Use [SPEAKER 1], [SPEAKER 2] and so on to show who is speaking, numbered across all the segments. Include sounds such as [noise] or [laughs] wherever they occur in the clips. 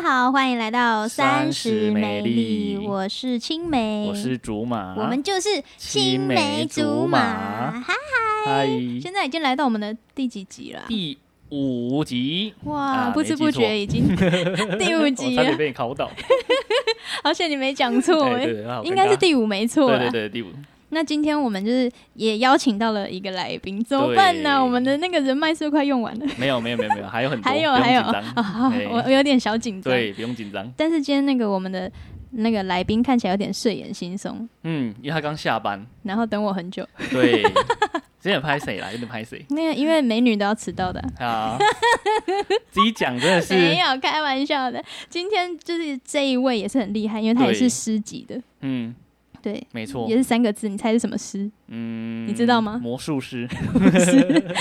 [SPEAKER 1] 好，欢迎来到
[SPEAKER 2] 三
[SPEAKER 1] 十
[SPEAKER 2] 十
[SPEAKER 1] 美
[SPEAKER 2] 美
[SPEAKER 1] 丽，
[SPEAKER 2] 丽
[SPEAKER 1] 我是青梅，
[SPEAKER 2] 我是竹马，
[SPEAKER 1] 我们就是青梅竹马。哈，
[SPEAKER 2] 嗨
[SPEAKER 1] 现在已经来到我们的第几集了啊？
[SPEAKER 2] 第五集，
[SPEAKER 1] 哇，
[SPEAKER 2] 啊
[SPEAKER 1] 不知不
[SPEAKER 2] 没记错
[SPEAKER 1] 觉已经 [laughs] 第五
[SPEAKER 2] [laughs] 我
[SPEAKER 1] 集
[SPEAKER 2] 差
[SPEAKER 1] 了
[SPEAKER 2] 点，被你
[SPEAKER 1] [laughs]
[SPEAKER 2] 考倒，
[SPEAKER 1] 好险你没讲错
[SPEAKER 2] 哎
[SPEAKER 1] 哎，
[SPEAKER 2] 对对好
[SPEAKER 1] 应该是
[SPEAKER 2] 尴尬
[SPEAKER 1] 第五没错
[SPEAKER 2] 对
[SPEAKER 1] 啦
[SPEAKER 2] 对。对，第五，
[SPEAKER 1] 那今天我们就是也邀请到了一个来宾，怎么办呢？
[SPEAKER 2] 对
[SPEAKER 1] 我们的那个人脉是不是快用完了？ [laughs]
[SPEAKER 2] 没有没有没有没有，还有很多，
[SPEAKER 1] 还有
[SPEAKER 2] 不用
[SPEAKER 1] 还有
[SPEAKER 2] 紧张
[SPEAKER 1] 啊，
[SPEAKER 2] 哎
[SPEAKER 1] 我我有点小紧张。
[SPEAKER 2] 对，不用紧张，
[SPEAKER 1] 但是今天那个我们的那个来宾看起来有点睡眼惺忪，
[SPEAKER 2] 嗯，因为他刚下班，
[SPEAKER 1] 然后等我很久。
[SPEAKER 2] 对，有点拍谁啦，有点拍谁
[SPEAKER 1] 那个因为美女都要迟到的啊，
[SPEAKER 2] 啊，自己讲真的
[SPEAKER 1] 没
[SPEAKER 2] 是，
[SPEAKER 1] 有开玩笑的。今天就是这一位也是很厉害，因为他也是诗集的，
[SPEAKER 2] 嗯，
[SPEAKER 1] 对，
[SPEAKER 2] 没错
[SPEAKER 1] 也，是三个字，你猜是什么诗？
[SPEAKER 2] 哦嗯，
[SPEAKER 1] 你知道
[SPEAKER 2] [laughs]
[SPEAKER 1] 吗
[SPEAKER 2] 魔术师，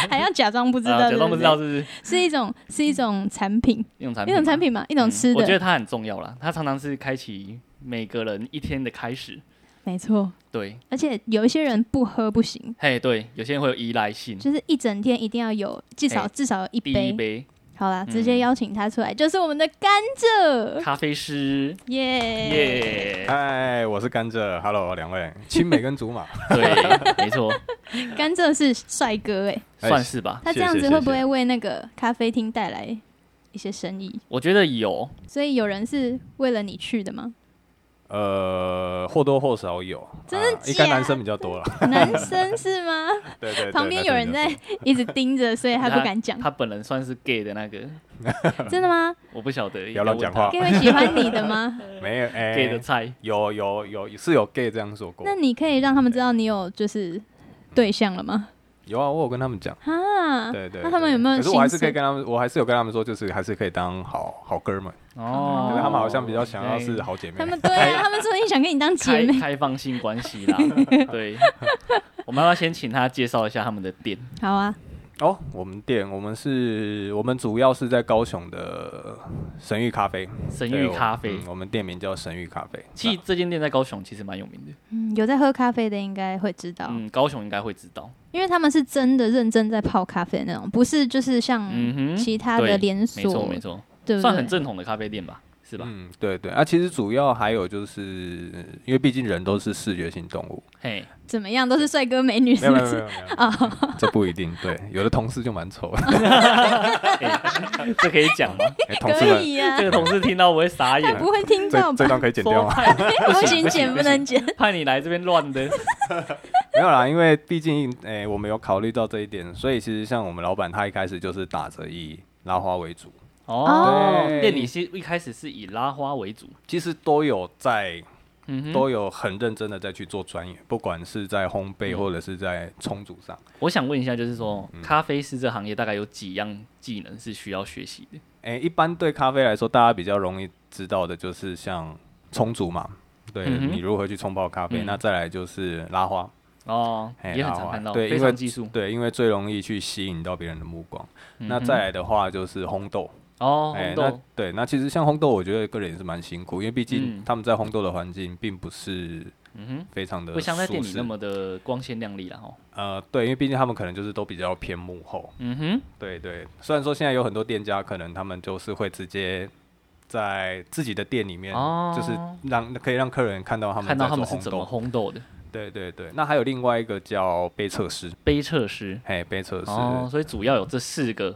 [SPEAKER 1] 还要假装不知道，
[SPEAKER 2] 啊，
[SPEAKER 1] 对
[SPEAKER 2] 假装不知道，是不是
[SPEAKER 1] 对是一种是一种产品，
[SPEAKER 2] 一种产
[SPEAKER 1] 一
[SPEAKER 2] 品吗，
[SPEAKER 1] 种产品嘛，一种
[SPEAKER 2] 嗯
[SPEAKER 1] 吃
[SPEAKER 2] 我
[SPEAKER 1] 的，
[SPEAKER 2] 觉得它很重要啦，它常常是开启每个人一天的开始。
[SPEAKER 1] 没错。
[SPEAKER 2] 对，
[SPEAKER 1] 而且有一些人不喝不行，
[SPEAKER 2] 嘿，对，有些人会有依赖性。
[SPEAKER 1] 就是一整天一定要有至少
[SPEAKER 2] 哎
[SPEAKER 1] 至少有一
[SPEAKER 2] 第一
[SPEAKER 1] 杯。
[SPEAKER 2] 杯
[SPEAKER 1] 好啦，
[SPEAKER 2] 嗯
[SPEAKER 1] 直接邀请他出来，就是我们的甘蔗，
[SPEAKER 2] 咖啡师，
[SPEAKER 1] 哎耶！
[SPEAKER 2] 耶，
[SPEAKER 3] 嗨，哎我是甘蔗，Hello，
[SPEAKER 1] [laughs]
[SPEAKER 3] 两位，青梅跟竹马，
[SPEAKER 2] 对，没错，
[SPEAKER 1] 甘蔗是帅哥哎，
[SPEAKER 3] 哎
[SPEAKER 2] 算是吧。
[SPEAKER 1] 他这
[SPEAKER 3] 谢谢
[SPEAKER 1] 样子
[SPEAKER 3] 谢谢
[SPEAKER 1] 会不会为那个咖啡厅带来一些生意？
[SPEAKER 2] 我觉得有，
[SPEAKER 1] 所以有人是为了你去的
[SPEAKER 3] [laughs]
[SPEAKER 1] 吗？
[SPEAKER 3] 呃，或多或少有，
[SPEAKER 1] 真的
[SPEAKER 3] 啊应该
[SPEAKER 1] 假
[SPEAKER 3] 男生比
[SPEAKER 1] [laughs]
[SPEAKER 3] 较多了，
[SPEAKER 1] 男生是吗？
[SPEAKER 3] 对对对，
[SPEAKER 1] 旁边
[SPEAKER 3] 男
[SPEAKER 1] 有
[SPEAKER 3] 生
[SPEAKER 1] 人
[SPEAKER 3] 比较
[SPEAKER 1] 在
[SPEAKER 3] 多，
[SPEAKER 1] 一直盯着，所以他不敢
[SPEAKER 3] [laughs]
[SPEAKER 1] 讲。
[SPEAKER 2] 他本人算是 gay 的那个，
[SPEAKER 1] 真的吗
[SPEAKER 2] 我不晓得，
[SPEAKER 3] 不要乱
[SPEAKER 2] 问
[SPEAKER 3] 讲
[SPEAKER 2] 他
[SPEAKER 3] 话
[SPEAKER 1] g a 会喜欢你的
[SPEAKER 3] [laughs]
[SPEAKER 1] 吗？[laughs]
[SPEAKER 3] 没有，哎、
[SPEAKER 2] gay 的菜，
[SPEAKER 3] 有有有是有 gay 这样说过
[SPEAKER 1] 那，你可以让他们知道你有就是对象了吗？
[SPEAKER 3] 有啊，我有跟他们讲，
[SPEAKER 1] 啊，
[SPEAKER 3] 对对
[SPEAKER 1] 那他们有没有
[SPEAKER 3] 可是我还是
[SPEAKER 1] 兴趣
[SPEAKER 3] 可以跟他们，我还是有跟他们说，就是还是可以当好好哥们，
[SPEAKER 2] 哦
[SPEAKER 3] 可是他们好像比较想要是
[SPEAKER 2] 对
[SPEAKER 3] 好姐妹
[SPEAKER 1] 他，们对啊，他们说不定想跟你当姐
[SPEAKER 2] 开
[SPEAKER 1] 妹。
[SPEAKER 2] 开放性关系
[SPEAKER 1] [laughs]
[SPEAKER 2] 啦。对，我们要不要先请他介绍一下他们的店？
[SPEAKER 1] 好啊，
[SPEAKER 3] 哦，我们店我们是我们主要是在高雄的神域咖啡，
[SPEAKER 2] 神
[SPEAKER 3] 对
[SPEAKER 2] 域
[SPEAKER 3] 我
[SPEAKER 2] 咖啡
[SPEAKER 3] 嗯，我们店名叫神域咖啡，
[SPEAKER 2] 其实这间店在高雄其实蛮有名的，
[SPEAKER 1] 嗯，有在喝咖啡的应该会知道，
[SPEAKER 2] 嗯，高雄应该会知道。
[SPEAKER 1] 因为他们是真的认真在泡咖啡的那种，不是就是像
[SPEAKER 2] 嗯哼
[SPEAKER 1] 其他的
[SPEAKER 2] 对
[SPEAKER 1] 连
[SPEAKER 2] 没错
[SPEAKER 1] 锁
[SPEAKER 2] 没，错，
[SPEAKER 1] 对不
[SPEAKER 2] 算很
[SPEAKER 1] 对？
[SPEAKER 2] 正统的咖啡店吧，是吧？
[SPEAKER 3] 嗯，对对啊，其实主要还有就是，因为毕竟人都是视觉性动物，
[SPEAKER 2] 嘿，
[SPEAKER 1] 怎么样都是帅哥美女，是不 [laughs] 是？
[SPEAKER 3] 有这不一定。对，有的同事就蛮丑的，
[SPEAKER 2] 嘿 [laughs] 这可以讲吗？
[SPEAKER 3] [laughs] 哎同事
[SPEAKER 1] 可
[SPEAKER 3] 们
[SPEAKER 1] 以呀
[SPEAKER 2] 这，个同事听到我会傻眼
[SPEAKER 1] 他，不会听到
[SPEAKER 3] 这这
[SPEAKER 1] 吧？
[SPEAKER 3] 段可以剪掉
[SPEAKER 2] 说 [laughs]
[SPEAKER 3] 吗？
[SPEAKER 2] 派
[SPEAKER 3] [laughs]
[SPEAKER 1] 不行，剪不能
[SPEAKER 2] [laughs]
[SPEAKER 1] 剪。
[SPEAKER 2] 派你来这边乱的，
[SPEAKER 3] 没有啦，因为毕竟哎，我们有考虑到这一点，所以其实像我们老板他一开始就是打着以拉花为主，
[SPEAKER 2] 哦，
[SPEAKER 3] 对
[SPEAKER 2] 店里是一开始是以拉花为主，
[SPEAKER 3] 其实都有在
[SPEAKER 2] 嗯哼，
[SPEAKER 3] 都有很认真的在去做专业，不管是在烘焙
[SPEAKER 2] 嗯
[SPEAKER 3] 或者是在冲煮上。
[SPEAKER 2] 我想问一下，就是说，
[SPEAKER 3] 嗯
[SPEAKER 2] 咖啡师这行业大概有几样技能是需要学习的？
[SPEAKER 3] 诶，一般对咖啡来说，大家比较容易知道的就是像冲煮嘛，对、
[SPEAKER 2] 嗯哼
[SPEAKER 3] 你如何去冲泡咖啡。
[SPEAKER 2] 嗯
[SPEAKER 3] 那再来就是拉花，
[SPEAKER 2] 哦，
[SPEAKER 3] 嘿
[SPEAKER 2] 也很
[SPEAKER 3] 拉
[SPEAKER 2] 常
[SPEAKER 3] 花
[SPEAKER 2] 看到，
[SPEAKER 3] 对
[SPEAKER 2] 非
[SPEAKER 3] 因为
[SPEAKER 2] 常技术。
[SPEAKER 3] 对，因为最容易去吸引到别人的目光。那
[SPEAKER 2] 嗯哼
[SPEAKER 3] 再来的哎话就是烘豆，
[SPEAKER 2] 哦，
[SPEAKER 3] 诶
[SPEAKER 2] 红
[SPEAKER 3] 那
[SPEAKER 2] 豆，
[SPEAKER 3] 对，那其实像烘豆，我觉得个人也是蛮辛苦，因为毕竟
[SPEAKER 2] 嗯
[SPEAKER 3] 他们在烘豆的环境并不是
[SPEAKER 2] 嗯
[SPEAKER 3] 非常的
[SPEAKER 2] 哼，不像在店
[SPEAKER 3] 舒
[SPEAKER 2] 里
[SPEAKER 3] 适
[SPEAKER 2] 那么的光鲜亮丽了哦。
[SPEAKER 3] 呃，对，因为毕竟他们可能就是都比较偏幕后，
[SPEAKER 2] 嗯哼，
[SPEAKER 3] 对对。虽然说现在有很多店家可能他们就是会直接。在自己的店里面，
[SPEAKER 2] 哦
[SPEAKER 3] 就是让可以让客人看到他们
[SPEAKER 2] 看到
[SPEAKER 3] 在
[SPEAKER 2] 他们
[SPEAKER 3] 做
[SPEAKER 2] 是
[SPEAKER 3] 烘
[SPEAKER 2] 怎
[SPEAKER 3] 豆
[SPEAKER 2] 么烘豆的，
[SPEAKER 3] 对对对，那还有另外一个叫杯测师，
[SPEAKER 2] 杯测师。
[SPEAKER 3] 哎，杯测师、
[SPEAKER 2] 哦，所以主要有这四个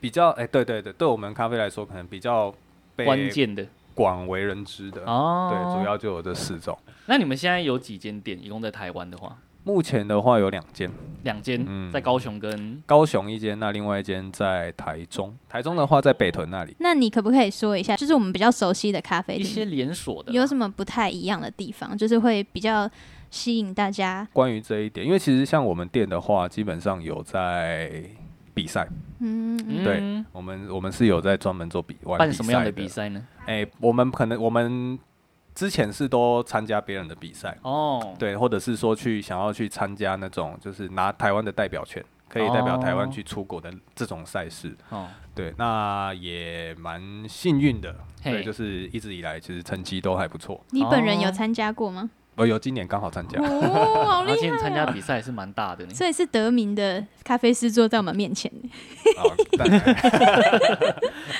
[SPEAKER 3] 比较，哎，对对对，对我们咖啡来说，可能比较被
[SPEAKER 2] 关键的
[SPEAKER 3] 广为人知的。
[SPEAKER 2] 哦。
[SPEAKER 3] 对，主。要就有这四种。
[SPEAKER 2] 那你们现在有几间店？一共在台湾的话，
[SPEAKER 3] 目前的话有两间，
[SPEAKER 2] 两间，
[SPEAKER 3] 嗯
[SPEAKER 2] 在高雄跟
[SPEAKER 3] 高雄一间，那另外一间在台中。台中的话在北屯那里，
[SPEAKER 1] 那你可不可以说一下，就是我们比较熟悉的咖啡
[SPEAKER 2] 一些
[SPEAKER 1] 厅，
[SPEAKER 2] 连锁的啦。
[SPEAKER 1] 有什么不太一样的地方，就是会比较吸引大家？
[SPEAKER 3] 关于这一点，因为其实像我们店的话，基本上有在比赛，
[SPEAKER 1] 嗯，嗯
[SPEAKER 3] 对
[SPEAKER 2] 嗯
[SPEAKER 3] 我们我们是有在专门做比玩
[SPEAKER 2] 办
[SPEAKER 3] 比
[SPEAKER 2] 什么样
[SPEAKER 3] 赛
[SPEAKER 2] 的比？赛呢？
[SPEAKER 3] 哎，我们可能我们之前是都参加别人的比赛。
[SPEAKER 2] 哦，
[SPEAKER 3] 对，或者是说去想要去参加那种就是拿台湾的代表权，可以代表台湾
[SPEAKER 2] 哦
[SPEAKER 3] 去出国的这种赛事。
[SPEAKER 2] 哦，
[SPEAKER 3] 对，那也蛮幸运的。
[SPEAKER 2] 嘿
[SPEAKER 3] 对，就是一直以来其实成绩都还不错。
[SPEAKER 1] 你本人有参加过吗？
[SPEAKER 3] 我有今年刚好参加，
[SPEAKER 1] 哦，好
[SPEAKER 2] 然后今
[SPEAKER 1] 厉
[SPEAKER 2] 天啊参
[SPEAKER 1] 害
[SPEAKER 2] 加
[SPEAKER 1] 哦！
[SPEAKER 2] 比赛是蛮大的呢，
[SPEAKER 1] 所以是得名的咖啡师坐在我们面前，
[SPEAKER 3] 啊，但
[SPEAKER 2] [laughs]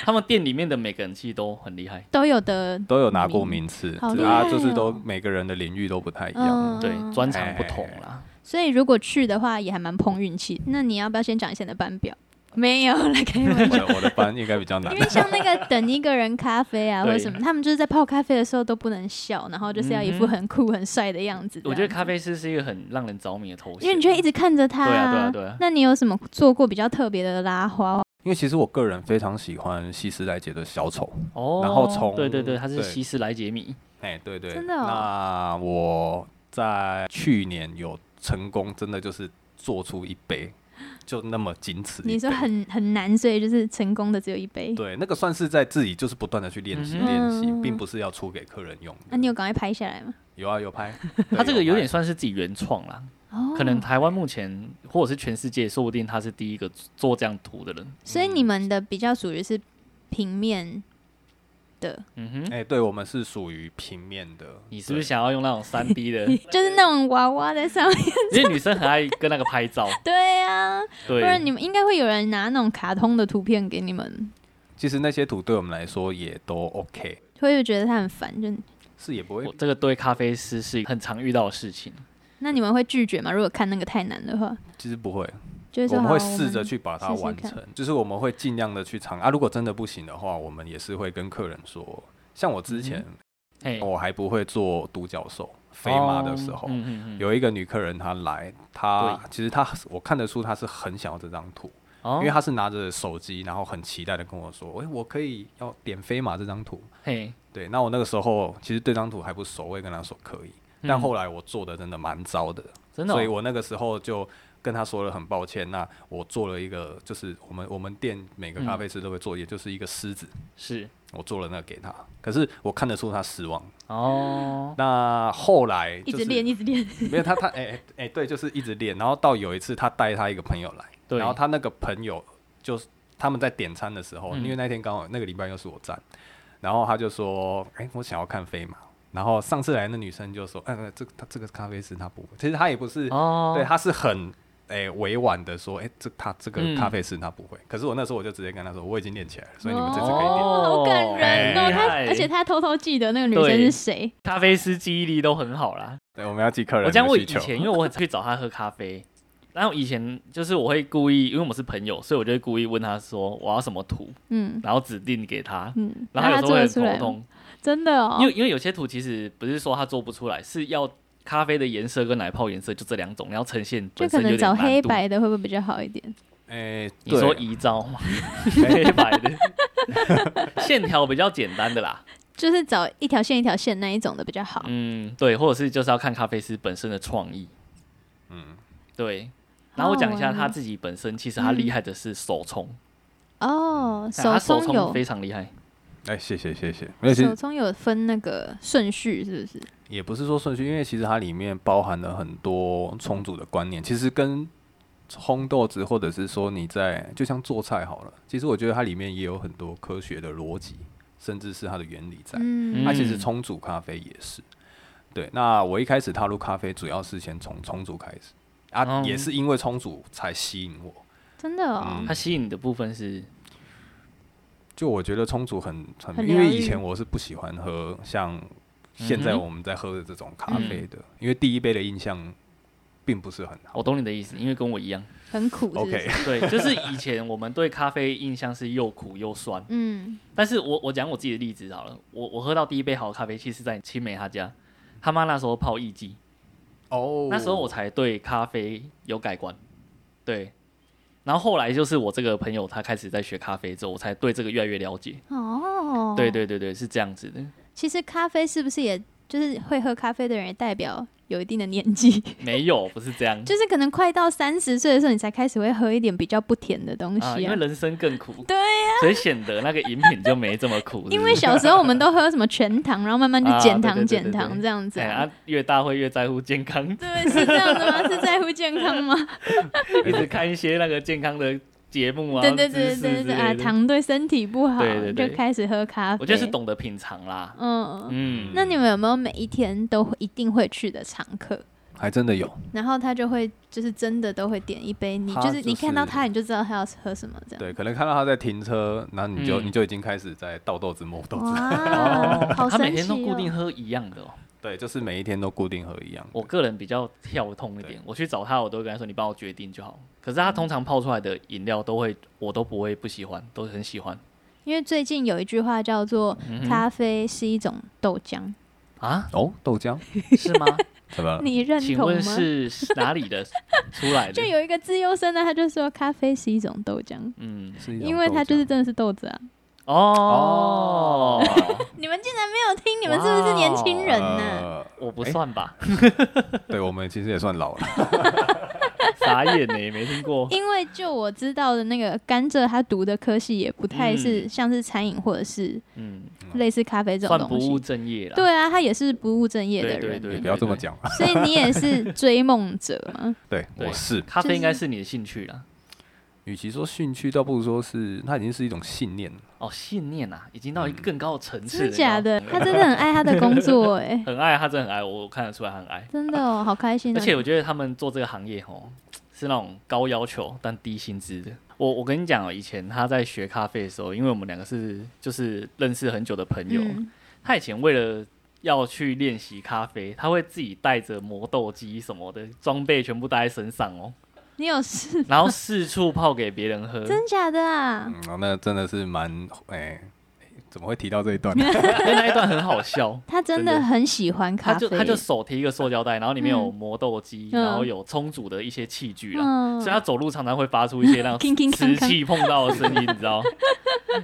[SPEAKER 2] 他们店里面的每个人其实都很厉害，
[SPEAKER 1] 都有得
[SPEAKER 3] 都有拿过名次，
[SPEAKER 1] 好
[SPEAKER 3] 只
[SPEAKER 1] 厉
[SPEAKER 3] 是啊，
[SPEAKER 1] 害
[SPEAKER 3] 就是都
[SPEAKER 1] 哦
[SPEAKER 3] 每个人的领域都不太一
[SPEAKER 1] 嗯
[SPEAKER 3] 样。
[SPEAKER 2] 对，专长不
[SPEAKER 3] 哎
[SPEAKER 2] 同啦。
[SPEAKER 1] 所以如果去的话，也还蛮碰运气。那你要不要先讲一下你的班表？没有了，开玩
[SPEAKER 3] 我
[SPEAKER 1] 笑。
[SPEAKER 3] 的我的班应该比较难
[SPEAKER 1] 因，为像那
[SPEAKER 2] [laughs]
[SPEAKER 1] 个等一个人咖啡啊，或者什么，他们就是在泡咖啡的时候都不能笑，然后就是要一副
[SPEAKER 2] 嗯哼
[SPEAKER 1] 很酷很帅的样子。
[SPEAKER 2] 我觉得
[SPEAKER 1] 这样
[SPEAKER 2] 咖啡师是一个很让人着迷的头衔，
[SPEAKER 1] 因为你就会一直看着他、
[SPEAKER 2] 对啊对啊对啊
[SPEAKER 1] 那你有什么做过比较特别的拉花？
[SPEAKER 3] 因为其实我个人非常喜欢希斯莱杰的小丑，
[SPEAKER 2] 哦，
[SPEAKER 3] 然后从
[SPEAKER 2] 对对对，他是
[SPEAKER 3] 对
[SPEAKER 2] 西斯莱杰米，
[SPEAKER 3] 哎，对对，
[SPEAKER 1] 真的哦
[SPEAKER 3] 那我在去年有成功，真的就是做出一杯，就那么仅此一杯。
[SPEAKER 1] 你说很很难，所以就是成功的只有一杯。
[SPEAKER 3] 对，那个算是在自己就是不断的去练习
[SPEAKER 2] 嗯哼
[SPEAKER 3] 练习，并
[SPEAKER 1] 嗯
[SPEAKER 3] 不是要出给客人用的。
[SPEAKER 1] 那、你有赶快拍下来吗？
[SPEAKER 3] 有啊有拍，
[SPEAKER 2] [laughs]
[SPEAKER 3] 对
[SPEAKER 2] 他这个有
[SPEAKER 3] 拍
[SPEAKER 2] 点算是自己原创啦，
[SPEAKER 1] 哦，
[SPEAKER 2] 可能。台湾目前或者是全世界，说不定他是第一个做这样图的人。
[SPEAKER 1] 所以你们的比较属于是平面的，
[SPEAKER 2] 嗯哼，
[SPEAKER 3] 哎、对我们是属于平面的。
[SPEAKER 2] 你是不是
[SPEAKER 3] 对
[SPEAKER 2] 想要用那种三 D 的？
[SPEAKER 1] 就是那种娃娃在上面。 [laughs]
[SPEAKER 2] 因为女生很爱跟那个拍照，
[SPEAKER 1] 对啊，不
[SPEAKER 2] 对，
[SPEAKER 1] 然你们应该会有人拿那种卡通的图片给你们，
[SPEAKER 3] 其实那些图对我们来说也都 OK，
[SPEAKER 1] 会觉得他很烦。就
[SPEAKER 3] 是也不会
[SPEAKER 2] 我这个对咖啡师是很常遇到的事情。
[SPEAKER 1] 那你们会拒绝吗？如果看那个太难的话，
[SPEAKER 3] 其实不会，
[SPEAKER 1] 就是说
[SPEAKER 3] 我们会
[SPEAKER 1] 好
[SPEAKER 3] 试着去把它
[SPEAKER 1] 试试
[SPEAKER 3] 完
[SPEAKER 1] 看
[SPEAKER 3] 成，就是我们会尽量的去尝啊。如果真的不行的话，我们也是会跟客人说。像我
[SPEAKER 2] 嗯
[SPEAKER 3] 之前、
[SPEAKER 2] 嘿，
[SPEAKER 3] 我还不会做独角兽飞马的时候，
[SPEAKER 2] 哦嗯嗯嗯，
[SPEAKER 3] 有一个女客人她来，她其实她我看得出她是很想要这张图，
[SPEAKER 2] 哦，
[SPEAKER 3] 因为她是拿着手机，然后很期待的跟我说：“诶，我可以要点飞马这张图。
[SPEAKER 2] 嘿，”
[SPEAKER 3] 对，那我那个时候其实对这张图还不熟，我也跟她说可以，但
[SPEAKER 2] 嗯
[SPEAKER 3] 后来我做的真的蛮糟的，
[SPEAKER 2] 真的哦，
[SPEAKER 3] 所以我那个时候就跟他说了，很抱歉。那我做了一个，就是我们我们店每个咖啡师都会做，也就是一个狮子，
[SPEAKER 2] 是
[SPEAKER 3] 我做了那个给他。可是我看得出他失望。
[SPEAKER 2] 哦，
[SPEAKER 3] 那后来、
[SPEAKER 1] 一
[SPEAKER 3] 就是、
[SPEAKER 1] 直练，一直练。
[SPEAKER 3] 没有他他哎哎哎对，就是一直练。然后到有一次他带他一个朋友来，
[SPEAKER 2] 对
[SPEAKER 3] 然后他那个朋友就是他们在点餐的时候，
[SPEAKER 2] 嗯
[SPEAKER 3] 因为那天刚好那个礼拜又是我站，然后他就说：“哎、我想要看飞马。”然后上次来那女生就说：“哎、呃这个他这个咖啡师他不，其实他也不是
[SPEAKER 2] 哦，
[SPEAKER 3] 对，他是很诶、委婉的说，诶、这他这个
[SPEAKER 2] 嗯哦
[SPEAKER 3] 咖啡师他不会。可是我那时候我就直接跟他说，我已经练起来了，所以你们这次可以练。
[SPEAKER 1] 哦，好感人哦！
[SPEAKER 3] 哎
[SPEAKER 1] 他而且他偷偷记得那个女生是谁，
[SPEAKER 2] 咖啡师记忆力都很好啦。
[SPEAKER 3] 对，我们要记客人
[SPEAKER 2] 我讲
[SPEAKER 3] 的
[SPEAKER 2] 我
[SPEAKER 3] 需
[SPEAKER 2] 以
[SPEAKER 3] 求。
[SPEAKER 2] 前，因为我很常去找他喝咖啡，然后以前就是我会故意，因为我们是朋友，所以我就会故意问他说我要什么图，
[SPEAKER 1] 嗯
[SPEAKER 2] 然后指定给他。
[SPEAKER 1] 嗯，
[SPEAKER 2] 然后有
[SPEAKER 1] 他
[SPEAKER 2] 时候
[SPEAKER 1] 做得
[SPEAKER 2] 会很
[SPEAKER 1] 出来
[SPEAKER 2] 头
[SPEAKER 1] 吗，
[SPEAKER 2] 痛，
[SPEAKER 1] 真的哦
[SPEAKER 2] 因。为因为有些图其实不是说他做不出来，是要咖啡的颜色跟奶泡颜色就这两种，你要呈现
[SPEAKER 1] 就
[SPEAKER 2] 本
[SPEAKER 1] 可
[SPEAKER 2] 身
[SPEAKER 1] 能
[SPEAKER 2] 有点
[SPEAKER 1] 找
[SPEAKER 2] 难
[SPEAKER 1] 黑
[SPEAKER 2] 度。
[SPEAKER 1] 白的会不会比较好一点？
[SPEAKER 3] 诶、
[SPEAKER 2] 你说
[SPEAKER 3] 对，啊
[SPEAKER 2] 遗照吗？ [laughs] 黑白的线条比较简单的啦，
[SPEAKER 1] 就是找一条线一条线那一种的比较好。
[SPEAKER 2] 嗯，对，或者是就是要看咖啡师本身的创意，
[SPEAKER 3] 嗯，
[SPEAKER 2] 对。然后我讲一
[SPEAKER 1] 好
[SPEAKER 2] 下
[SPEAKER 1] 好玩哦
[SPEAKER 2] 他自己本身，其实他厉害的是手冲，
[SPEAKER 1] 哦，
[SPEAKER 2] 嗯他
[SPEAKER 1] 手
[SPEAKER 2] 手
[SPEAKER 1] 冲
[SPEAKER 2] 冲
[SPEAKER 1] 有
[SPEAKER 2] 非常厉害，
[SPEAKER 3] 哎、谢谢谢谢。没有，其
[SPEAKER 1] 手
[SPEAKER 3] 实
[SPEAKER 1] 冲有分那个顺序是不是？
[SPEAKER 3] 也不是说顺序，因为其实它里面包含了很多充足的观念，其实跟烘豆子或者是说你在就像做菜好了，其实我觉得它里面也有很多科学的逻辑，甚至是它的原理在。
[SPEAKER 1] 嗯
[SPEAKER 3] 它、
[SPEAKER 2] 嗯
[SPEAKER 3] 其实冲煮咖啡也是。对，那我一开始踏入咖啡，主要是先从冲煮开始啊，
[SPEAKER 2] 哦
[SPEAKER 3] 也是因为冲煮才吸引我。
[SPEAKER 1] 真的哦
[SPEAKER 3] 嗯，
[SPEAKER 2] 他吸引你的部分是
[SPEAKER 3] 就我觉得冲煮很很，
[SPEAKER 1] 很
[SPEAKER 3] 因为
[SPEAKER 1] 疗愈
[SPEAKER 3] 以前我是不喜欢喝像现在
[SPEAKER 2] 嗯哼
[SPEAKER 3] 我们在喝的这种咖
[SPEAKER 1] 嗯
[SPEAKER 3] 啡的，因为第一杯的印象并不是很好。
[SPEAKER 2] 我懂你的意思，因为跟我一样，
[SPEAKER 1] 很苦是不是
[SPEAKER 3] OK，
[SPEAKER 2] 对，就是以前我们对咖啡印象是又苦又酸，
[SPEAKER 1] 嗯，
[SPEAKER 2] 但是我我讲我自己的例子好了，我我喝到第一杯好咖啡，其实在青梅他家，他妈那时候泡艺妓，
[SPEAKER 3] 哦
[SPEAKER 2] 那时候我才对咖啡有改观，对。然后后来就是我这个朋友他开始在学咖啡之后，我才对这个越来越了解。
[SPEAKER 1] 哦，
[SPEAKER 2] 对。对对对，是这样子的，
[SPEAKER 1] 其实咖啡是不是也就是会喝咖啡的人，也代表有一定的年
[SPEAKER 2] [laughs]
[SPEAKER 1] 纪，
[SPEAKER 2] 没有不是这样
[SPEAKER 1] 就是可能快到三十岁的时候，你才开始会喝一点比较不甜的东
[SPEAKER 2] 啊，
[SPEAKER 1] 西
[SPEAKER 2] 因
[SPEAKER 1] 啊
[SPEAKER 2] 为。人生更苦，
[SPEAKER 1] [laughs] 对啊
[SPEAKER 2] 所以显得那个饮品就没这么苦。
[SPEAKER 1] 因为小时候我们都喝什么全糖，然后慢
[SPEAKER 2] [laughs]
[SPEAKER 1] 慢就
[SPEAKER 2] 啊
[SPEAKER 1] 减
[SPEAKER 2] 对
[SPEAKER 1] 糖、
[SPEAKER 2] 对对
[SPEAKER 1] 减
[SPEAKER 2] 对
[SPEAKER 1] 糖
[SPEAKER 2] 对
[SPEAKER 1] 这样子
[SPEAKER 2] 哎
[SPEAKER 1] 啊。
[SPEAKER 2] 啊，越大会越在乎健
[SPEAKER 1] [laughs]
[SPEAKER 2] 康，
[SPEAKER 1] 对，是这样的吗？是在乎健康吗？
[SPEAKER 2] 一直看一些那个健康的节 [laughs] 目啊，
[SPEAKER 1] 对对
[SPEAKER 2] 知
[SPEAKER 1] 对
[SPEAKER 2] 识
[SPEAKER 1] 对
[SPEAKER 2] 之
[SPEAKER 1] 对 [laughs]
[SPEAKER 2] 类
[SPEAKER 1] 啊，
[SPEAKER 2] 的
[SPEAKER 1] 糖对身体不好，
[SPEAKER 2] 对对对
[SPEAKER 1] 就开始喝咖啡。
[SPEAKER 2] 我觉得是懂得品尝啦。
[SPEAKER 1] 嗯，
[SPEAKER 2] 嗯，
[SPEAKER 1] 那你们有没有每一天都会一定会去的常客？
[SPEAKER 3] 还真的有。
[SPEAKER 1] 然后他就会就是真的都会点一杯，你
[SPEAKER 3] 他
[SPEAKER 1] 就是你
[SPEAKER 3] 就是
[SPEAKER 1] 看到他你就知道他要喝什么这样。
[SPEAKER 3] 对，可能看到他在停车，那你就、
[SPEAKER 2] 嗯
[SPEAKER 3] 你就已经开始在倒豆子、磨豆
[SPEAKER 2] [laughs]
[SPEAKER 3] 子。
[SPEAKER 1] 哇，好
[SPEAKER 2] 他每
[SPEAKER 1] 神
[SPEAKER 2] 天
[SPEAKER 1] 奇
[SPEAKER 2] 都固定
[SPEAKER 1] 哦！
[SPEAKER 2] 喝一样的哦。
[SPEAKER 3] 对，就是每一天都固定喝一样。
[SPEAKER 2] 我个人比较跳痛一点，我去找他，我都会跟他说：“你帮我决定就好。”可是他通常泡出来的饮料都会，我都不会不喜欢，都很喜欢
[SPEAKER 1] 因为最近有一句话叫做
[SPEAKER 2] 嗯
[SPEAKER 1] “
[SPEAKER 2] 哼
[SPEAKER 1] 咖啡是一种豆浆
[SPEAKER 2] 啊？
[SPEAKER 3] 哦，
[SPEAKER 1] [laughs]
[SPEAKER 3] 豆浆
[SPEAKER 2] 是吗？
[SPEAKER 3] 怎么”，了？
[SPEAKER 1] 你认
[SPEAKER 2] 请
[SPEAKER 1] 同
[SPEAKER 2] 问
[SPEAKER 1] 吗？
[SPEAKER 2] 是哪
[SPEAKER 1] [laughs]
[SPEAKER 2] 里的出来的
[SPEAKER 1] 就？有一个自优生呢，他就说咖啡是一种豆浆，
[SPEAKER 2] 嗯，
[SPEAKER 3] 是一种
[SPEAKER 1] 因为它就
[SPEAKER 3] 豆浆
[SPEAKER 1] 是真的是豆子啊。
[SPEAKER 2] 哦，
[SPEAKER 1] 你们竟然没有听，你们是不是年轻人呢？
[SPEAKER 3] 呃
[SPEAKER 2] 我不算吧，
[SPEAKER 3] [laughs] 对我们其实也算老了。
[SPEAKER 2] 哎傻眼呢，没听过。
[SPEAKER 1] 因为就我知道的那个甘蔗，它读的科系也不太是
[SPEAKER 2] 嗯
[SPEAKER 1] 像是餐饮或者是
[SPEAKER 2] 嗯，
[SPEAKER 1] 类似咖啡这种
[SPEAKER 2] 算不
[SPEAKER 1] 东
[SPEAKER 2] 务
[SPEAKER 1] 西。
[SPEAKER 2] 正业啦。
[SPEAKER 1] 对啊，他也是不务正业的
[SPEAKER 2] 对
[SPEAKER 1] 人
[SPEAKER 2] 对
[SPEAKER 1] 欸，
[SPEAKER 3] 不要这么讲。
[SPEAKER 1] 所以你也是追梦者嘛？
[SPEAKER 3] 对，
[SPEAKER 2] 对
[SPEAKER 3] 我是。
[SPEAKER 2] 咖
[SPEAKER 1] 就
[SPEAKER 2] 啡
[SPEAKER 1] 是
[SPEAKER 2] 应该是你的兴趣啦。
[SPEAKER 3] 与其说兴趣，倒不如说是它已经是一种信念了。
[SPEAKER 2] 哦，信念啊，已经到一个更高的层次
[SPEAKER 1] 真
[SPEAKER 2] 了。
[SPEAKER 1] 的假的？
[SPEAKER 2] 你知
[SPEAKER 1] [laughs] 他
[SPEAKER 2] 道吗
[SPEAKER 1] 真的很爱他的工作哎、
[SPEAKER 2] [laughs] 很爱，他真的很爱我，我看得出来他很爱。
[SPEAKER 1] 真的哦，好开心、哦！
[SPEAKER 2] 而且我觉得他们做这个行业哦，是那种高要求但低薪资的。我我跟你讲哦，以前他在学咖啡的时候，因为我们两个是就是认识很久的朋友，
[SPEAKER 1] 嗯
[SPEAKER 2] 他以前为了要去练习咖啡，他会自己带着磨豆机什么的装备全部带在身上哦，
[SPEAKER 1] 你有事？
[SPEAKER 2] 然后四处泡给别人
[SPEAKER 1] [laughs]
[SPEAKER 2] 喝。
[SPEAKER 1] 真假的啊？
[SPEAKER 3] 嗯，那真的是蛮哎、怎么会提到这一段？ [laughs]
[SPEAKER 2] 因为那一段很
[SPEAKER 1] [laughs]
[SPEAKER 2] 好笑。
[SPEAKER 1] 他真的
[SPEAKER 2] 真的
[SPEAKER 1] 很喜欢
[SPEAKER 2] 他
[SPEAKER 1] 咖啡，
[SPEAKER 2] 就他就手提一个塑胶袋，然后里面有
[SPEAKER 1] 嗯
[SPEAKER 2] 磨豆机，
[SPEAKER 1] 嗯
[SPEAKER 2] 然后有冲煮的一些器具啦，
[SPEAKER 1] 嗯
[SPEAKER 2] 所以他走路常常会发出一
[SPEAKER 1] [laughs]
[SPEAKER 2] 些让
[SPEAKER 1] 叮叮当
[SPEAKER 2] 瓷
[SPEAKER 1] 当
[SPEAKER 2] 器碰到的声音，你
[SPEAKER 1] [laughs]
[SPEAKER 2] 知道？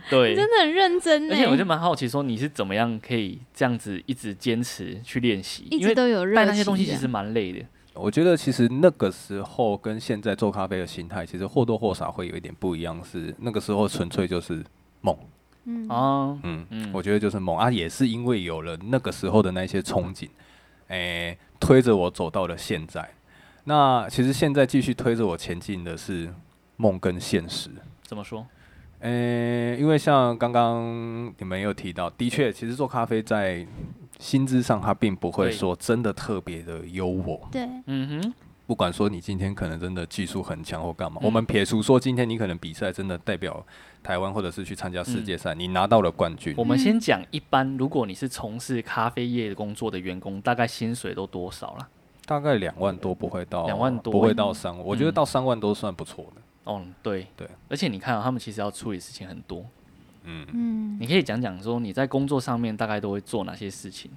[SPEAKER 2] 对，
[SPEAKER 1] 真的很认真
[SPEAKER 2] 而
[SPEAKER 1] 哎、
[SPEAKER 2] 且我就蛮好奇，说你是怎么样可以这样子一直坚持去练习？
[SPEAKER 1] 一
[SPEAKER 2] 因
[SPEAKER 1] 直
[SPEAKER 2] 为
[SPEAKER 1] 都有热
[SPEAKER 2] 带
[SPEAKER 1] 情。啊
[SPEAKER 2] 那些东西其实蛮累的。
[SPEAKER 3] 我觉得其实那个时候跟现在做咖啡的心态，其实或多或少会有一点不一样是。那个时候纯粹就是梦，
[SPEAKER 1] 嗯
[SPEAKER 2] 哦，
[SPEAKER 3] 嗯
[SPEAKER 2] 嗯
[SPEAKER 3] 我觉得就是梦啊，也是因为有了那个时候的那些憧憬，哎、推着我走到了现在。那其实现在继续推着我前进的是梦跟现实。
[SPEAKER 2] 怎么说？
[SPEAKER 3] 呃、因为像刚刚你们也有提到，的确，其实做咖啡在薪资上，它并不会
[SPEAKER 2] 对
[SPEAKER 3] 说真的特别的优渥。
[SPEAKER 1] 对，
[SPEAKER 2] 嗯哼，
[SPEAKER 3] 不管说你今天可能真的技术很强或干嘛，
[SPEAKER 2] 嗯
[SPEAKER 3] 我们撇除说今天你可能比赛真的代表台湾，或者是去参加世界赛，你拿到了冠军
[SPEAKER 2] 嗯我，们先讲一般，如果你是从事咖啡业工作的员工，大概薪水都多少啦？
[SPEAKER 3] 大概两万多不会到
[SPEAKER 2] 两万多嗯
[SPEAKER 3] 不会到三万，我觉得到三万都算不错的。
[SPEAKER 2] 哦，对
[SPEAKER 3] 对，
[SPEAKER 2] 而且你看啊，他们其实要处理事情很多，
[SPEAKER 3] 嗯，
[SPEAKER 1] 嗯，
[SPEAKER 2] 你可以讲讲说你在工作上面大概都会做哪些事情？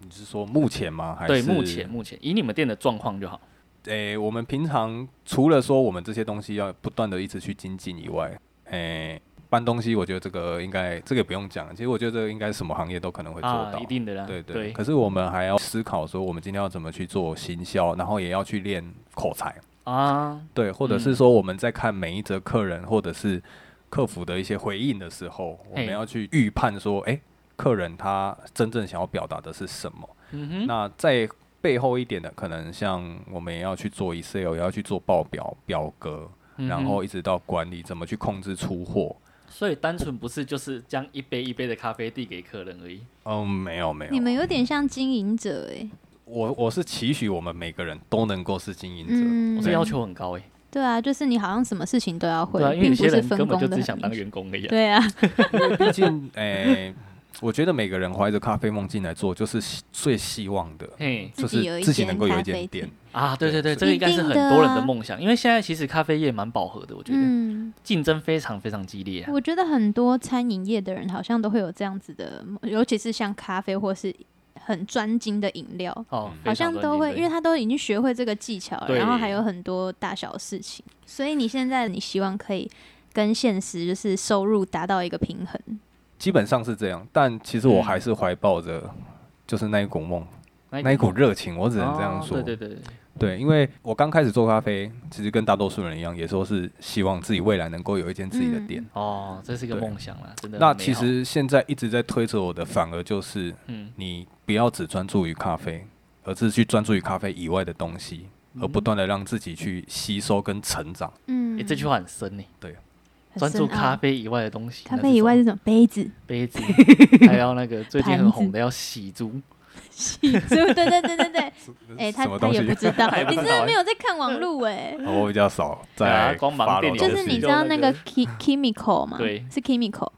[SPEAKER 3] 你是说目前吗？还
[SPEAKER 2] 对，
[SPEAKER 3] 是
[SPEAKER 2] 目前目前以你们店的状况就好。
[SPEAKER 3] 诶、我们平常除了说我们这些东西要不断的一直去精进以外，诶、搬东西，我觉得这个应该这个也不用讲。其实我觉得这个应该什么行业都可能会做
[SPEAKER 2] 啊
[SPEAKER 3] 到，，
[SPEAKER 2] 一定的啦。
[SPEAKER 3] 对对。
[SPEAKER 2] 对
[SPEAKER 3] 可是我们还要思考说，我们今天要怎么去做行销，然后也要去练口才，
[SPEAKER 2] 啊，
[SPEAKER 3] 对，或者是说我们在看每一则客人或者是客服的一些回应的时候，我们
[SPEAKER 2] 嘿
[SPEAKER 3] 要去预判说，诶、客人他真正想要表达的是什么。
[SPEAKER 2] 嗯哼，
[SPEAKER 3] 那在背后一点的，可能像我们也要去做 Excel，也要去做报表、表格，
[SPEAKER 2] 嗯哼
[SPEAKER 3] 然后一直到管理，怎么去控制出货。
[SPEAKER 2] 所以单纯不是就是将一杯一杯的咖啡递给客人而已。
[SPEAKER 3] 嗯，没有
[SPEAKER 2] 啊
[SPEAKER 3] 没
[SPEAKER 1] 你
[SPEAKER 3] 有，
[SPEAKER 1] 们有点像经营者哎、
[SPEAKER 3] 我我是期许我们每个人都能够是经营者。
[SPEAKER 1] 嗯
[SPEAKER 2] 我这要求很高哎、
[SPEAKER 1] 对啊，就是你好像什么事情都要会，
[SPEAKER 2] 对啊，因为
[SPEAKER 1] 并
[SPEAKER 2] 有
[SPEAKER 1] 不
[SPEAKER 2] 些
[SPEAKER 1] 是
[SPEAKER 2] 人
[SPEAKER 1] 分
[SPEAKER 2] 根本
[SPEAKER 1] 工
[SPEAKER 2] 就
[SPEAKER 1] 的
[SPEAKER 2] 只想当员工而已啊。
[SPEAKER 1] 对啊，
[SPEAKER 3] [laughs] 毕竟，诶、我觉得每个人怀着咖啡梦进来做，就是希最希望的，
[SPEAKER 2] 嘿
[SPEAKER 3] 就
[SPEAKER 1] 自己有
[SPEAKER 3] 是
[SPEAKER 1] 一
[SPEAKER 3] 自己
[SPEAKER 1] 间
[SPEAKER 3] 能够有
[SPEAKER 1] 咖
[SPEAKER 3] 一
[SPEAKER 1] 啡
[SPEAKER 3] 间
[SPEAKER 1] 店
[SPEAKER 3] 店。
[SPEAKER 2] 啊，对对对，
[SPEAKER 3] 对
[SPEAKER 2] 这个应该是很
[SPEAKER 1] 一定的啊
[SPEAKER 2] 多人的梦想，因为现在其实咖啡业蛮饱和的，我觉得、
[SPEAKER 1] 嗯，
[SPEAKER 2] 竞争非常非常激烈、啊。
[SPEAKER 1] 我觉得很多餐饮业的人好像都会有这样子的，尤其是像咖啡或是很专精的饮料，
[SPEAKER 2] 哦，
[SPEAKER 3] 嗯
[SPEAKER 1] 好
[SPEAKER 2] 非常
[SPEAKER 1] 像
[SPEAKER 2] 多
[SPEAKER 1] 都
[SPEAKER 2] 竞
[SPEAKER 1] 会，
[SPEAKER 2] 争
[SPEAKER 1] 因为他都已经学会这个技巧了，
[SPEAKER 2] 对
[SPEAKER 1] 然后还有很多大小事情，所以你现在你希望可以跟现实就是收入达到一个平衡，
[SPEAKER 3] 基本上是这样，但其实我还是怀抱着就是那一股梦、
[SPEAKER 2] 嗯那
[SPEAKER 3] 那一股热情，我只能这样说。
[SPEAKER 2] 哦对对对，
[SPEAKER 3] 对，因为我刚开始做咖啡，其实跟大多数人一样，也说是希望自己未来能够有一间自己的店。
[SPEAKER 1] 嗯
[SPEAKER 2] 哦，这是一个
[SPEAKER 3] 对
[SPEAKER 2] 梦想啦，真的很美好。啊
[SPEAKER 3] 那其实现在一直在推着我的，反而就是
[SPEAKER 2] 嗯，
[SPEAKER 3] 你不要只专注于咖啡，而是去专注于咖啡以外的东西。而
[SPEAKER 2] 嗯
[SPEAKER 3] 不断的让自己去吸收跟成长。
[SPEAKER 1] 嗯
[SPEAKER 2] 诶，这句话很深呢。欸
[SPEAKER 1] 很
[SPEAKER 2] 专注
[SPEAKER 1] 深
[SPEAKER 2] 咖
[SPEAKER 1] 奥
[SPEAKER 2] 啡以外的东西，
[SPEAKER 1] 咖
[SPEAKER 2] 那
[SPEAKER 1] 啡
[SPEAKER 2] 是
[SPEAKER 1] 以
[SPEAKER 2] 什
[SPEAKER 1] 外
[SPEAKER 2] 么
[SPEAKER 1] 是什么杯
[SPEAKER 2] [laughs]
[SPEAKER 1] 子？ [laughs]
[SPEAKER 2] 杯子，还有那个最近很红的要洗猪，
[SPEAKER 1] 喜猪，对对对对对，哎、他
[SPEAKER 3] [laughs] 什么
[SPEAKER 1] 他
[SPEAKER 3] 东
[SPEAKER 1] 也
[SPEAKER 3] 西
[SPEAKER 1] 不？知
[SPEAKER 2] [laughs]
[SPEAKER 1] 道
[SPEAKER 2] 他也，不
[SPEAKER 1] 你
[SPEAKER 2] 知道
[SPEAKER 1] 真的
[SPEAKER 2] 哎
[SPEAKER 1] 没有在看网路哎、
[SPEAKER 3] [laughs] 哦我比较少
[SPEAKER 2] 对啊
[SPEAKER 3] 在
[SPEAKER 2] 光忙
[SPEAKER 3] follow
[SPEAKER 2] 电脑
[SPEAKER 3] 这
[SPEAKER 1] 就是
[SPEAKER 3] 些
[SPEAKER 1] 你知
[SPEAKER 2] 就
[SPEAKER 1] 道那
[SPEAKER 2] 那个
[SPEAKER 1] 个 Ki
[SPEAKER 2] [laughs]
[SPEAKER 1] Kimiko 吗？
[SPEAKER 2] 对
[SPEAKER 1] 是 Kimiko。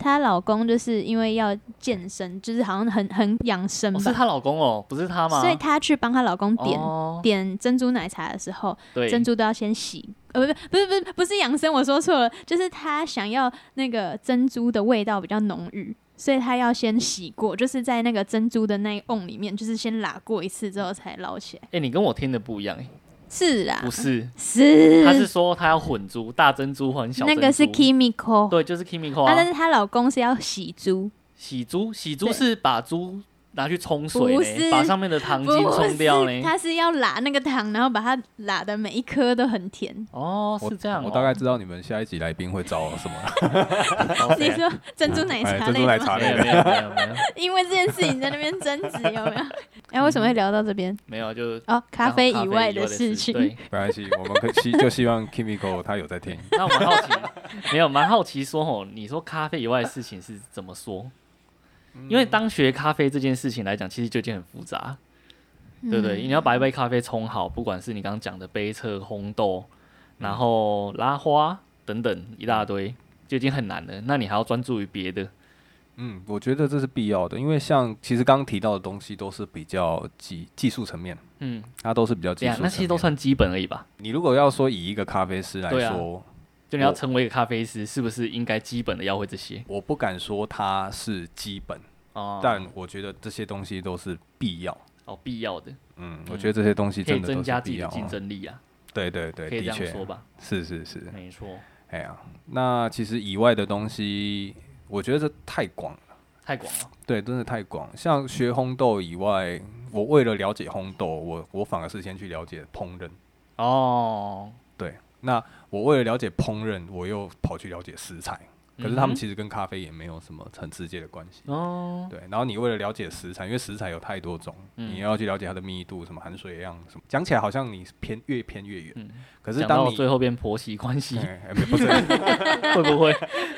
[SPEAKER 1] 她老公就是因为要健身，就是好像很很养生
[SPEAKER 2] 哦
[SPEAKER 1] 吧，
[SPEAKER 2] 是她老公哦，不是她吗？
[SPEAKER 1] 所以她去帮她老公点、
[SPEAKER 2] 哦
[SPEAKER 1] 点珍珠奶茶的时候，
[SPEAKER 2] 对
[SPEAKER 1] 珍珠都要先洗。呃，不不不是不是不是养生，我说错了，就是她想要那个珍珠的味道比较浓郁，所以她要先洗过，就是在那个珍珠的那一瓮里面，就是先拉过一次之后才捞起来。
[SPEAKER 2] 哎、你跟我听的不一样、欸，
[SPEAKER 1] 是啦，
[SPEAKER 2] 不是，
[SPEAKER 1] 啊是
[SPEAKER 2] 他是说他要混珠，大珍珠混小
[SPEAKER 1] 那
[SPEAKER 2] 珍珠，
[SPEAKER 1] 个是 Kimiko，
[SPEAKER 2] 对，就是 Kimiko
[SPEAKER 1] 啊，
[SPEAKER 2] 啊，
[SPEAKER 1] 但是她老公是要洗猪，
[SPEAKER 2] 洗珠，洗珠
[SPEAKER 1] 对
[SPEAKER 2] 是把猪拿去冲水
[SPEAKER 1] 不
[SPEAKER 2] 呢、
[SPEAKER 1] 是
[SPEAKER 2] 把上面的糖精冲掉呢、
[SPEAKER 1] 她是要拉那个糖，然后把它拉的每一颗都很甜。
[SPEAKER 2] 哦，
[SPEAKER 3] 我
[SPEAKER 2] 是这样、哦
[SPEAKER 3] 我大概知道你们下一集来宾会找什么了。
[SPEAKER 2] 哦
[SPEAKER 1] 你说珍珠奶
[SPEAKER 3] 哎
[SPEAKER 1] 茶
[SPEAKER 3] 珍珠
[SPEAKER 1] 类
[SPEAKER 3] 奶
[SPEAKER 1] 的吗？
[SPEAKER 3] 茶
[SPEAKER 2] 没有
[SPEAKER 3] 类的
[SPEAKER 2] 没有没有没有
[SPEAKER 1] [laughs] 因为这件事情在那边争执，有没有？哎，为什么会聊到这边？
[SPEAKER 2] 没有，就
[SPEAKER 1] 哦，咖啡
[SPEAKER 2] 以
[SPEAKER 1] 以
[SPEAKER 2] 外
[SPEAKER 1] 外的事情
[SPEAKER 2] 对，， [laughs]
[SPEAKER 3] 没关系，我们可希就希望 Kimiko 他有在听。
[SPEAKER 2] 那我蛮好奇，没有蛮好奇说哦，你说咖啡以外的事情是怎么说？因
[SPEAKER 3] 嗯
[SPEAKER 2] 为当学咖啡这件事情来讲，其实就已经很复杂，对不
[SPEAKER 1] 嗯
[SPEAKER 2] 对？你要把一杯咖啡冲好，不管是你刚刚讲的杯测、烘豆，然
[SPEAKER 3] 嗯
[SPEAKER 2] 后拉花等等一大堆，就已经很难了。那你还要专注于别的，
[SPEAKER 3] 嗯，我觉得这是必要的，因为像其实刚刚提到的东西都是比较技技术层面，
[SPEAKER 2] 嗯，
[SPEAKER 3] 它都是比较技
[SPEAKER 2] 这
[SPEAKER 3] 术
[SPEAKER 2] 样
[SPEAKER 3] 层面。
[SPEAKER 2] 那其实都算基本而已吧。
[SPEAKER 3] 你如果要说以一个咖啡师来
[SPEAKER 2] 对啊
[SPEAKER 3] 说，
[SPEAKER 2] 就你要
[SPEAKER 3] 我
[SPEAKER 2] 成为一个咖啡师，是不是应该基本的要会这些？
[SPEAKER 3] 我不敢说它是基本，
[SPEAKER 2] 哦，
[SPEAKER 3] 但我觉得这些东西都是必要。
[SPEAKER 2] 哦，必要的，
[SPEAKER 3] 嗯，
[SPEAKER 2] 嗯
[SPEAKER 3] 我觉得这些东西
[SPEAKER 2] 可以
[SPEAKER 3] 真的
[SPEAKER 2] 增
[SPEAKER 3] 都
[SPEAKER 2] 加
[SPEAKER 3] 是
[SPEAKER 2] 自己
[SPEAKER 3] 必
[SPEAKER 2] 的
[SPEAKER 3] 要。
[SPEAKER 2] 竞争力啊，
[SPEAKER 3] 对对对，
[SPEAKER 2] 可以
[SPEAKER 3] 的
[SPEAKER 2] 这样说
[SPEAKER 3] 确
[SPEAKER 2] 吧？
[SPEAKER 3] 是是是。
[SPEAKER 2] 没错，
[SPEAKER 3] 哎呀，那其实以外的东西，我觉得这太广了，
[SPEAKER 2] 太广了。
[SPEAKER 3] 对，真的太广。像学烘豆以外，我为了了解烘豆，我我反而是先去了解烹饪。
[SPEAKER 2] 哦，
[SPEAKER 3] 对，那我为了了解烹饪，我又跑去了解食材，可是他们
[SPEAKER 2] 嗯哼
[SPEAKER 3] 其实跟咖啡也没有什么很直接的关系。
[SPEAKER 2] 哦，
[SPEAKER 3] 对，然后你为了了解食材，因为食材有太多种，
[SPEAKER 2] 嗯
[SPEAKER 3] 你要去了解它的密度、什么含水量什么。讲起来好像你偏越偏越远，
[SPEAKER 2] 嗯
[SPEAKER 3] 可是
[SPEAKER 2] 讲
[SPEAKER 3] 当
[SPEAKER 2] 到
[SPEAKER 3] 你
[SPEAKER 2] 最后变婆媳关
[SPEAKER 3] [laughs]
[SPEAKER 2] 系，
[SPEAKER 3] 哎哎不是
[SPEAKER 2] 会不会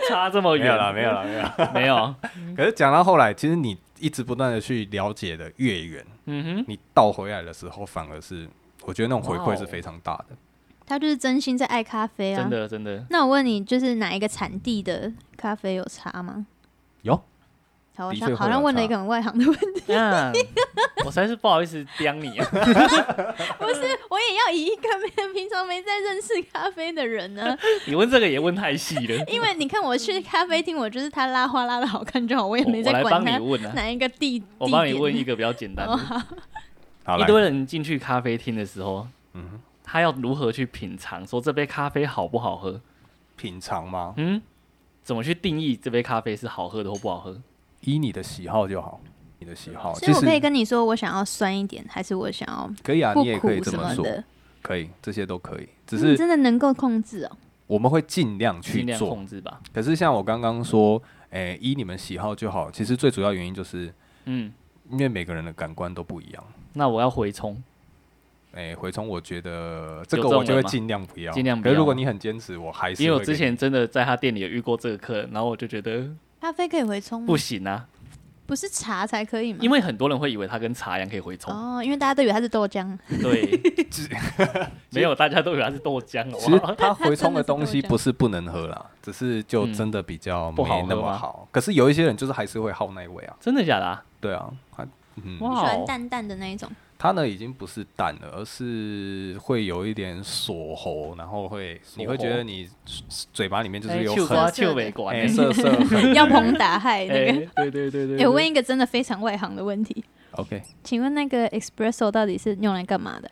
[SPEAKER 2] 差这么
[SPEAKER 3] 没
[SPEAKER 2] 远？
[SPEAKER 3] 有啦，没有啦，没有啦。
[SPEAKER 2] 没有，
[SPEAKER 3] 可是讲到后来，其实你一直不断的去了解的越远，
[SPEAKER 2] 嗯
[SPEAKER 3] 你倒回来的时候，反而是我觉得那种回
[SPEAKER 2] 哇哦
[SPEAKER 3] 馈是非常大的。
[SPEAKER 1] 他就是真心在爱咖啡
[SPEAKER 2] 哼，
[SPEAKER 1] 啊
[SPEAKER 2] 真。的真的，
[SPEAKER 1] 那我问你，就是哪一个产地的咖啡有差吗？
[SPEAKER 3] 有，
[SPEAKER 1] 好，我
[SPEAKER 3] 的确
[SPEAKER 1] 像
[SPEAKER 3] 会
[SPEAKER 1] 好像
[SPEAKER 3] 有
[SPEAKER 1] 问了
[SPEAKER 3] 差
[SPEAKER 1] 一个很外行的问题， [laughs]
[SPEAKER 2] 嗯，我实在是不好意思刁你啊。
[SPEAKER 1] 不是，我也要以一个没平常没在认识咖啡的人呢，
[SPEAKER 2] 你问这个也问太细了，
[SPEAKER 1] 因为你看我去咖啡厅，我就是他拉花拉的好看就好，我也 [laughs]
[SPEAKER 2] 我
[SPEAKER 1] 没
[SPEAKER 2] 我
[SPEAKER 1] 在
[SPEAKER 2] 来
[SPEAKER 1] 管
[SPEAKER 2] 帮
[SPEAKER 1] 他
[SPEAKER 2] 你问啊，
[SPEAKER 1] 哪一个地
[SPEAKER 2] [laughs] 我
[SPEAKER 1] 地
[SPEAKER 2] 帮你
[SPEAKER 1] 点
[SPEAKER 2] 问一个比较简单
[SPEAKER 1] 哦
[SPEAKER 2] 的。
[SPEAKER 3] 好
[SPEAKER 2] 一
[SPEAKER 3] 来，
[SPEAKER 2] 堆人进去咖啡厅的时候，
[SPEAKER 3] 嗯哼，
[SPEAKER 2] 他要如何去品尝，说这杯咖啡好不好喝？
[SPEAKER 3] 品尝吗？
[SPEAKER 2] 嗯，怎么去定义这杯咖啡是好喝的或不好喝？
[SPEAKER 3] 依你的喜好就好，你的喜
[SPEAKER 2] 嗯
[SPEAKER 3] 好。
[SPEAKER 1] 所以我
[SPEAKER 3] 其实
[SPEAKER 1] 可以跟你说，我想要酸一点，还是我想要
[SPEAKER 3] 可以啊，
[SPEAKER 1] 不
[SPEAKER 3] 你也可以
[SPEAKER 1] 苦
[SPEAKER 3] 这
[SPEAKER 1] 什
[SPEAKER 3] 么
[SPEAKER 1] 么
[SPEAKER 3] 说，
[SPEAKER 1] 的？嗯
[SPEAKER 3] 可以，这些都可以。只
[SPEAKER 1] 你
[SPEAKER 3] 是
[SPEAKER 1] 真的能够控制哦。
[SPEAKER 3] 我们会尽量去
[SPEAKER 2] 尽量
[SPEAKER 3] 做。
[SPEAKER 2] 控制吧。
[SPEAKER 3] 可是像我刚刚说，诶、依你们喜好就好。其实最主要原因就是
[SPEAKER 2] 嗯，
[SPEAKER 3] 因为每个人的感官都不一样。
[SPEAKER 2] 那我要回冲，
[SPEAKER 3] 诶、回冲，我觉得这
[SPEAKER 2] 有
[SPEAKER 3] 个
[SPEAKER 2] 这种
[SPEAKER 3] 我就
[SPEAKER 2] 人
[SPEAKER 3] 会
[SPEAKER 2] 吗
[SPEAKER 3] 尽量不要。
[SPEAKER 2] 尽量不
[SPEAKER 3] 可是如
[SPEAKER 2] 要
[SPEAKER 3] 果你很坚持，我还是
[SPEAKER 2] 因为我
[SPEAKER 3] 会给
[SPEAKER 2] 之
[SPEAKER 3] 你
[SPEAKER 2] 前真的在他店里有遇过这个客人，然后我就觉得
[SPEAKER 1] 咖啡可以回冲吗？
[SPEAKER 2] 不行啊，
[SPEAKER 1] 不是茶才可以吗？
[SPEAKER 2] 因为很多人会以为它跟茶一样可以回冲，
[SPEAKER 1] 哦，因为大家都以为它是豆浆，
[SPEAKER 3] [laughs]
[SPEAKER 2] 对， [laughs] 没有大家都以为它是豆浆，哦好
[SPEAKER 3] 其实
[SPEAKER 2] 不好？
[SPEAKER 3] 它回冲的
[SPEAKER 1] [laughs]
[SPEAKER 3] 东
[SPEAKER 1] 它真的是
[SPEAKER 3] 西
[SPEAKER 1] 豆浆
[SPEAKER 3] 不是不能喝啦，只是就真的比较
[SPEAKER 2] 嗯不好
[SPEAKER 3] 没
[SPEAKER 2] 喝
[SPEAKER 3] 那么
[SPEAKER 2] 吗
[SPEAKER 3] 好。可是有一些人就是还是会好那一味啊，
[SPEAKER 2] [laughs] 真的假的啊？
[SPEAKER 3] 对啊，他嗯，
[SPEAKER 1] 喜
[SPEAKER 2] 哇
[SPEAKER 1] 欢
[SPEAKER 2] 哦，
[SPEAKER 1] 淡淡的那一
[SPEAKER 2] [laughs]
[SPEAKER 1] 种。
[SPEAKER 3] 它呢已经不是淡了，而是会有一点锁喉，然后会
[SPEAKER 2] 锁喉
[SPEAKER 3] 你会觉得你嘴巴里面就是有
[SPEAKER 2] 秋
[SPEAKER 3] 很
[SPEAKER 2] 瓜秋尾管
[SPEAKER 3] 哎，
[SPEAKER 1] [laughs]
[SPEAKER 3] 涩涩很
[SPEAKER 1] 哎要膨打嗨那个。
[SPEAKER 2] [laughs] 哎对对对对
[SPEAKER 1] 哎、我问一个真的非常外行的问题，
[SPEAKER 3] OK，
[SPEAKER 1] 请问那个 espresso 到底是用来干嘛的？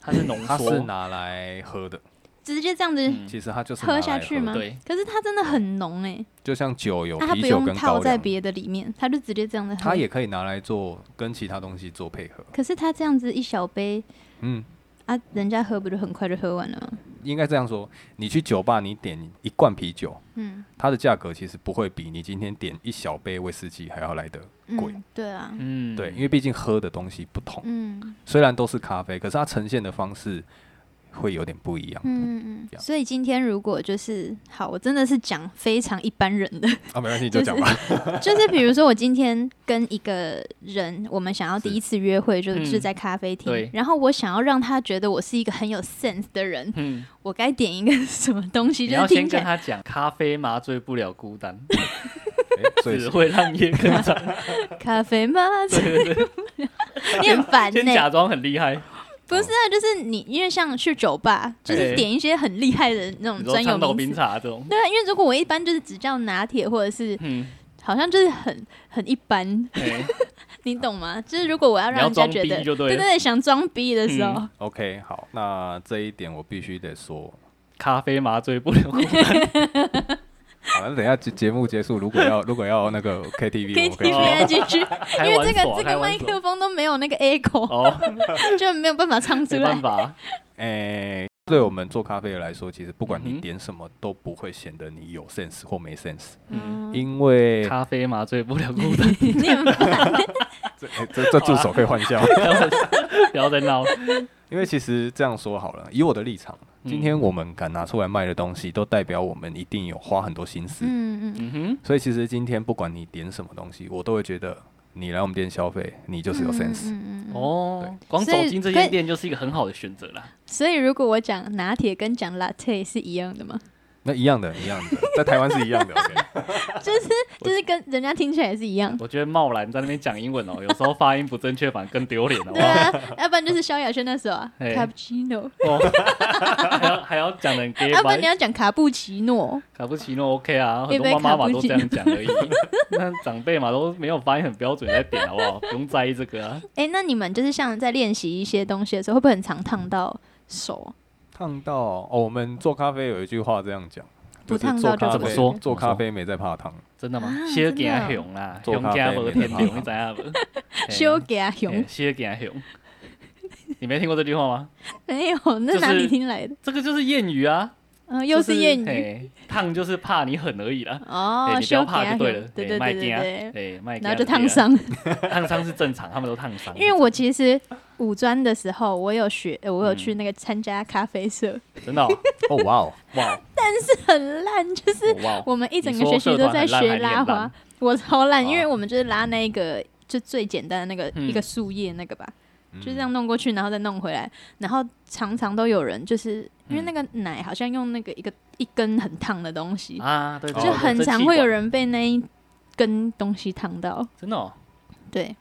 [SPEAKER 2] 它是浓
[SPEAKER 3] 它是
[SPEAKER 2] 缩，
[SPEAKER 3] 拿来喝的，
[SPEAKER 1] 直接这样子
[SPEAKER 2] 嗯
[SPEAKER 3] 其实它就是拿
[SPEAKER 1] 喝
[SPEAKER 3] 来
[SPEAKER 1] 下去
[SPEAKER 3] 的
[SPEAKER 1] 吗？
[SPEAKER 2] 对
[SPEAKER 1] 可是它真的很浓哎、
[SPEAKER 3] 就像酒有
[SPEAKER 1] 那它
[SPEAKER 3] 啤
[SPEAKER 1] 不
[SPEAKER 3] 酒
[SPEAKER 1] 用
[SPEAKER 3] 跟
[SPEAKER 1] 套
[SPEAKER 3] 高
[SPEAKER 1] 在
[SPEAKER 3] 粱，
[SPEAKER 1] 别的里面，它就直接这样子喝。
[SPEAKER 3] 它也可以拿来做跟其他东西做配合。
[SPEAKER 1] 可是它这样子一小杯
[SPEAKER 3] 嗯，
[SPEAKER 1] 啊，人家喝不就很快就喝完了吗？
[SPEAKER 3] 应该这样说，你去酒吧，你点一罐啤酒，
[SPEAKER 1] 嗯
[SPEAKER 3] 它的价格其实不会比你今天点一小杯威士忌还要来的贵。
[SPEAKER 1] 嗯，对啊，
[SPEAKER 2] 嗯，
[SPEAKER 3] 对，因为毕竟喝的东西不同，
[SPEAKER 1] 嗯
[SPEAKER 3] 虽然都是咖啡，可是它呈现的方式会有点不一样。
[SPEAKER 1] 嗯嗯
[SPEAKER 3] 这
[SPEAKER 1] 嗯。
[SPEAKER 3] 样
[SPEAKER 1] 所以今天如果就是好，我真的是讲非常一般人
[SPEAKER 2] [laughs]
[SPEAKER 1] 的，
[SPEAKER 3] 啊，没关系，你
[SPEAKER 1] 就
[SPEAKER 3] 就是讲吧。
[SPEAKER 1] 就是比如说我今天跟一个人，我们想要第一次约会，就是
[SPEAKER 2] 嗯
[SPEAKER 1] 就在咖啡厅，
[SPEAKER 2] 对
[SPEAKER 1] 然后我想要让他觉得我是一个很有 sense 的人，
[SPEAKER 2] 嗯，
[SPEAKER 1] 我该点一个什么东西？
[SPEAKER 2] 你
[SPEAKER 1] 就是
[SPEAKER 2] 要先
[SPEAKER 1] 听起
[SPEAKER 2] 跟
[SPEAKER 1] 来，
[SPEAKER 2] 他讲，咖啡麻醉不了孤单，
[SPEAKER 3] 诶所以
[SPEAKER 2] 只会让夜更长。
[SPEAKER 1] 咖啡吗？
[SPEAKER 2] 对对对，
[SPEAKER 1] 你 [laughs] 很烦
[SPEAKER 2] 先
[SPEAKER 1] 呢、
[SPEAKER 2] 假装很厉害，
[SPEAKER 1] 不是啊，就是你，因为像去酒吧，就是
[SPEAKER 2] 哎
[SPEAKER 1] 点一些很厉害的那种
[SPEAKER 2] 你
[SPEAKER 1] 专
[SPEAKER 2] 说
[SPEAKER 1] 有
[SPEAKER 2] 长岛
[SPEAKER 1] 名
[SPEAKER 2] 冰
[SPEAKER 1] 词。
[SPEAKER 2] 茶这种，
[SPEAKER 1] 对啊，因为如果我一般就是只叫拿铁，或者是
[SPEAKER 2] 嗯，
[SPEAKER 1] 好像就是很很一般，
[SPEAKER 2] 哎
[SPEAKER 1] 你懂吗？就是如果我要
[SPEAKER 2] 你
[SPEAKER 1] 让
[SPEAKER 2] 要
[SPEAKER 1] 人家
[SPEAKER 2] 装
[SPEAKER 1] 觉得
[SPEAKER 2] 逼，就
[SPEAKER 1] 对对
[SPEAKER 2] 对了。
[SPEAKER 1] 对，想装逼的时候，
[SPEAKER 2] 嗯
[SPEAKER 3] OK，好，那这一点我必须得说。
[SPEAKER 2] 咖啡麻醉不了孤单，
[SPEAKER 3] 好了，那等一下节节目结束，如果要如果要那个 KTV，我可以
[SPEAKER 2] 啊
[SPEAKER 1] KTV
[SPEAKER 3] 去。
[SPEAKER 1] 再进
[SPEAKER 2] [laughs]
[SPEAKER 1] 去， [laughs] 因
[SPEAKER 2] 因
[SPEAKER 1] 为这个这个麦克风都没有那个 echo，
[SPEAKER 2] 哦，
[SPEAKER 1] 就没有办法唱出
[SPEAKER 2] 没
[SPEAKER 1] 来
[SPEAKER 2] 办。法，
[SPEAKER 3] 诶、对我们做咖啡的来说，其实不管
[SPEAKER 2] 嗯
[SPEAKER 3] 你
[SPEAKER 2] 哼
[SPEAKER 3] 点什么，都不会显得你有 sense 或没 sense，、
[SPEAKER 1] 嗯，
[SPEAKER 3] 因为、
[SPEAKER 2] 咖啡麻醉不了孤
[SPEAKER 1] [laughs]
[SPEAKER 2] 单，
[SPEAKER 1] 你很烦。
[SPEAKER 3] 诶这这助手可以换掉，
[SPEAKER 2] 不要再闹。
[SPEAKER 3] 因为其实这样说好了，以我的立场，
[SPEAKER 2] 嗯
[SPEAKER 3] 今天我们敢拿出来卖的东西，都代表我们一定有花很多心思，
[SPEAKER 1] 嗯嗯，
[SPEAKER 2] 嗯哼，
[SPEAKER 3] 所以其实今天不管你点什么东西，我都会觉得你来我们店消费，你就是有 sense。
[SPEAKER 1] 嗯嗯嗯嗯
[SPEAKER 2] 哦，光走
[SPEAKER 1] 所以
[SPEAKER 2] 进这
[SPEAKER 1] 可以
[SPEAKER 2] 间店就是一个很好的选择啦。
[SPEAKER 1] 所以如果我讲拿铁跟讲 latte 是一样的
[SPEAKER 2] [laughs]
[SPEAKER 1] 吗？
[SPEAKER 3] 那一样的，一样的， [laughs] 在台湾是一样的。OK
[SPEAKER 1] 就是就是跟人家听起来是一样。
[SPEAKER 2] 我觉得贸然在那边讲
[SPEAKER 1] [laughs]
[SPEAKER 2] 英文哦，有时候发音不正确反而更丢脸，哦好不
[SPEAKER 1] 对
[SPEAKER 2] 好？
[SPEAKER 1] 啊，要不然就是萧亚轩那首啊
[SPEAKER 2] 嘿
[SPEAKER 1] ，cappuccino，
[SPEAKER 2] 哦，还要还要讲的很 gay
[SPEAKER 1] 啊要不
[SPEAKER 2] 白
[SPEAKER 1] 然你，要讲卡布奇诺。
[SPEAKER 2] 卡布奇诺 OK 啊，
[SPEAKER 1] 一
[SPEAKER 2] 很
[SPEAKER 1] 杯
[SPEAKER 2] 多妈妈
[SPEAKER 1] 卡
[SPEAKER 2] 嘛
[SPEAKER 1] 布
[SPEAKER 2] 都
[SPEAKER 1] 奇
[SPEAKER 2] 这
[SPEAKER 1] 诺
[SPEAKER 2] 样讲而已。 [laughs] 那长辈嘛都没有发音很标准在点，好不好？不用在意这个啊。
[SPEAKER 1] 哎，那你们就是像在练习一些东西的时候，会不会很常烫到手？
[SPEAKER 3] 烫到哦，我们做咖啡有一句话这样讲，
[SPEAKER 1] 不
[SPEAKER 3] 是
[SPEAKER 1] 烫到
[SPEAKER 3] 做
[SPEAKER 1] 就
[SPEAKER 3] 咖
[SPEAKER 2] 怎么
[SPEAKER 3] 啡
[SPEAKER 2] 说
[SPEAKER 3] 做
[SPEAKER 2] 怎么
[SPEAKER 3] 咖
[SPEAKER 2] 说
[SPEAKER 3] 啡没在怕烫，
[SPEAKER 2] 真的吗
[SPEAKER 1] 啊？
[SPEAKER 2] 小
[SPEAKER 1] 真的哦
[SPEAKER 2] 惊熊啦，
[SPEAKER 3] 做
[SPEAKER 2] 熊
[SPEAKER 3] 咖啡
[SPEAKER 2] 惊无天
[SPEAKER 3] 没办
[SPEAKER 2] 龙，
[SPEAKER 3] 法
[SPEAKER 2] 你知
[SPEAKER 1] 啊
[SPEAKER 2] 影无？
[SPEAKER 1] 修给啊
[SPEAKER 2] 嘿
[SPEAKER 1] 熊
[SPEAKER 2] 小惊熊，你没听过这句话吗？
[SPEAKER 1] [laughs] 没有，那
[SPEAKER 2] 就是
[SPEAKER 1] 哪里听来的？
[SPEAKER 2] 这个就是谚语啊，
[SPEAKER 1] 嗯，又是
[SPEAKER 2] 就
[SPEAKER 1] 谚语
[SPEAKER 2] 嘿烫就是怕你狠而已啦。
[SPEAKER 1] 哦
[SPEAKER 2] 哎，你不
[SPEAKER 1] 修
[SPEAKER 2] 要
[SPEAKER 1] 给
[SPEAKER 2] 怕
[SPEAKER 1] 啊
[SPEAKER 2] 就
[SPEAKER 1] 熊
[SPEAKER 2] 对了，，
[SPEAKER 1] 对
[SPEAKER 2] 哎
[SPEAKER 1] 对
[SPEAKER 2] 卖
[SPEAKER 1] 对对
[SPEAKER 2] 惊
[SPEAKER 1] 对，
[SPEAKER 2] 哎，卖惊
[SPEAKER 1] 然后就
[SPEAKER 2] 对
[SPEAKER 1] 烫
[SPEAKER 2] 了，
[SPEAKER 1] 伤。
[SPEAKER 2] [laughs] 烫伤是正常，他们都烫伤。
[SPEAKER 1] 因为我其实五专的时候，我有学，呃我有
[SPEAKER 2] 嗯
[SPEAKER 1] 去那个参加咖啡社，[laughs]
[SPEAKER 2] 真的哦
[SPEAKER 3] 哦哇哦，
[SPEAKER 2] 哇
[SPEAKER 1] 是很烂，就是
[SPEAKER 2] 哦哇哦，
[SPEAKER 1] 我们一整个
[SPEAKER 2] 你
[SPEAKER 1] 学
[SPEAKER 2] 说
[SPEAKER 1] 期
[SPEAKER 2] 社
[SPEAKER 1] 都
[SPEAKER 2] 团
[SPEAKER 1] 在
[SPEAKER 2] 很烂
[SPEAKER 1] 学
[SPEAKER 2] 还是
[SPEAKER 1] 拉
[SPEAKER 2] 很
[SPEAKER 1] 花
[SPEAKER 2] 烂，
[SPEAKER 1] 我超烂，因为
[SPEAKER 3] 哦
[SPEAKER 1] 我们就是拉那一个就最简单的那个、
[SPEAKER 2] 嗯
[SPEAKER 1] 一个树叶那个吧，
[SPEAKER 3] 嗯
[SPEAKER 1] 就这样弄过去，然后再弄回来，然后常常都有人就是因
[SPEAKER 2] 嗯
[SPEAKER 1] 为那个奶好像用那个一个一根很烫的东西，
[SPEAKER 2] 啊，对，对
[SPEAKER 1] 就
[SPEAKER 2] 对
[SPEAKER 1] 很
[SPEAKER 2] 这
[SPEAKER 1] 常
[SPEAKER 2] 气
[SPEAKER 1] 会有
[SPEAKER 2] 管
[SPEAKER 1] 人被那一根东西烫到，
[SPEAKER 2] 真的哦，
[SPEAKER 1] 对，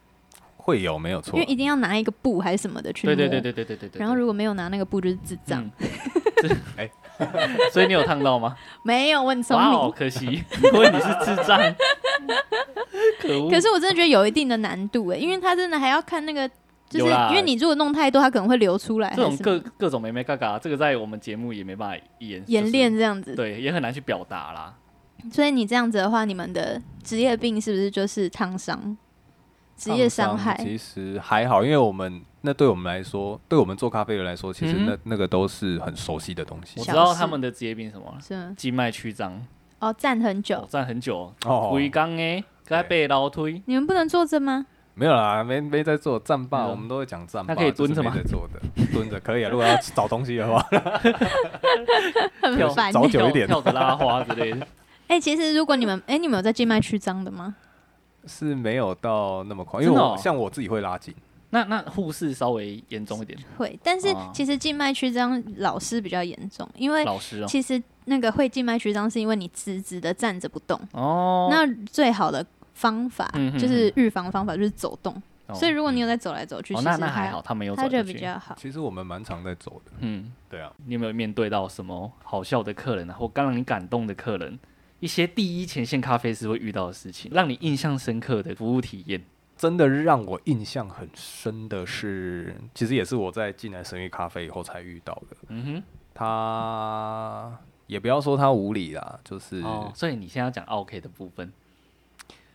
[SPEAKER 3] 会有没有错
[SPEAKER 1] 因为？一定要拿一个布还是什么的去摸，
[SPEAKER 2] 对对对对对对对对。
[SPEAKER 1] 然后如果没有拿那个布就是智障，
[SPEAKER 2] [laughs] 嗯，哎， [laughs] 所以你有烫到吗？
[SPEAKER 1] 没有，我很 [laughs] 聪
[SPEAKER 2] 哇
[SPEAKER 1] 明。
[SPEAKER 2] 哦，可惜，因为你是智障，可恶。
[SPEAKER 1] 可是我真的觉得有一定的难度哎、因为它真的还要看那个，就是
[SPEAKER 2] 有啦
[SPEAKER 1] 因为你如果弄太多，它可能会流出来还
[SPEAKER 2] 这种
[SPEAKER 1] 是什么，
[SPEAKER 2] 各各种美美嘎啊嘎，这个在我们节目也没办法演
[SPEAKER 1] 演练，这样
[SPEAKER 2] 就是
[SPEAKER 1] 子。
[SPEAKER 2] 对，也很难去表达啦。
[SPEAKER 1] 所以你这样子的话，你们的职业病是不是就是烫伤、职业伤害
[SPEAKER 3] 烫？其实还好，因为我们那对我们来说，对我们做咖啡的来说，其实那、
[SPEAKER 2] 嗯
[SPEAKER 3] 那个都是很熟悉的东西
[SPEAKER 2] 我
[SPEAKER 1] 小
[SPEAKER 2] 知道
[SPEAKER 1] 事
[SPEAKER 2] 他们的职业病是什么了，
[SPEAKER 1] 是吗？
[SPEAKER 2] 静脉曲张，
[SPEAKER 1] 哦，站很
[SPEAKER 2] 我
[SPEAKER 1] 久，
[SPEAKER 2] 站很久，
[SPEAKER 3] 哦
[SPEAKER 2] 回刚哎，该被老推，
[SPEAKER 1] 你们不能坐着
[SPEAKER 2] [laughs]
[SPEAKER 1] 吗？
[SPEAKER 3] 没有啦，没没在做战霸，
[SPEAKER 2] 嗯
[SPEAKER 3] 我们都会讲战霸，
[SPEAKER 2] 那可以蹲着吗
[SPEAKER 3] 就是没在做的，蹲着可以啊。如果要找东西的话，
[SPEAKER 1] 很
[SPEAKER 2] 跳
[SPEAKER 1] 烦欸。
[SPEAKER 3] 早久
[SPEAKER 2] 跳
[SPEAKER 3] 一点
[SPEAKER 2] 跳着拉花之类的。 [laughs]
[SPEAKER 1] 哎、其实如果
[SPEAKER 2] 哦
[SPEAKER 1] 你们，哎、你们有在静脉曲张的吗？
[SPEAKER 3] 是没有到那么快，因为
[SPEAKER 2] 真的
[SPEAKER 3] 我、
[SPEAKER 2] 哦
[SPEAKER 3] 像我自己会拉筋，
[SPEAKER 2] 那那护士稍微严重一点，
[SPEAKER 1] 会，但是
[SPEAKER 2] 哦
[SPEAKER 1] 其实静脉曲张老师比较严重，因为
[SPEAKER 2] 老师哦，
[SPEAKER 1] 其实那个会静脉曲张是因为你直直的站着不动。
[SPEAKER 2] 哦，
[SPEAKER 1] 那最好的方法
[SPEAKER 2] 嗯哼
[SPEAKER 1] 就是预防方法就是走动，
[SPEAKER 2] 哦
[SPEAKER 1] 所以如果你有在走来走去，
[SPEAKER 2] 哦
[SPEAKER 1] 其
[SPEAKER 2] 那
[SPEAKER 1] 实
[SPEAKER 2] 那还
[SPEAKER 1] 它
[SPEAKER 2] 好，，他没有
[SPEAKER 1] 它
[SPEAKER 2] 走
[SPEAKER 1] 就
[SPEAKER 2] 进
[SPEAKER 1] 比
[SPEAKER 2] 去，
[SPEAKER 1] 较好。
[SPEAKER 3] 其实我们蛮常在做的。
[SPEAKER 2] 嗯。
[SPEAKER 3] 对啊，
[SPEAKER 2] 你有没有面对到什么好笑的客人啊，或刚让你感动的客人？一些第一前线咖啡师会遇到的事情，让你印象深刻的服务体验。
[SPEAKER 3] 真的让我印象很深的是，其实也是我在进来神域咖啡以后才遇到的。
[SPEAKER 2] 嗯
[SPEAKER 3] 他也不要说他无理啦，就是、
[SPEAKER 2] 哼，哦，所以你现在要讲 OK 的部分。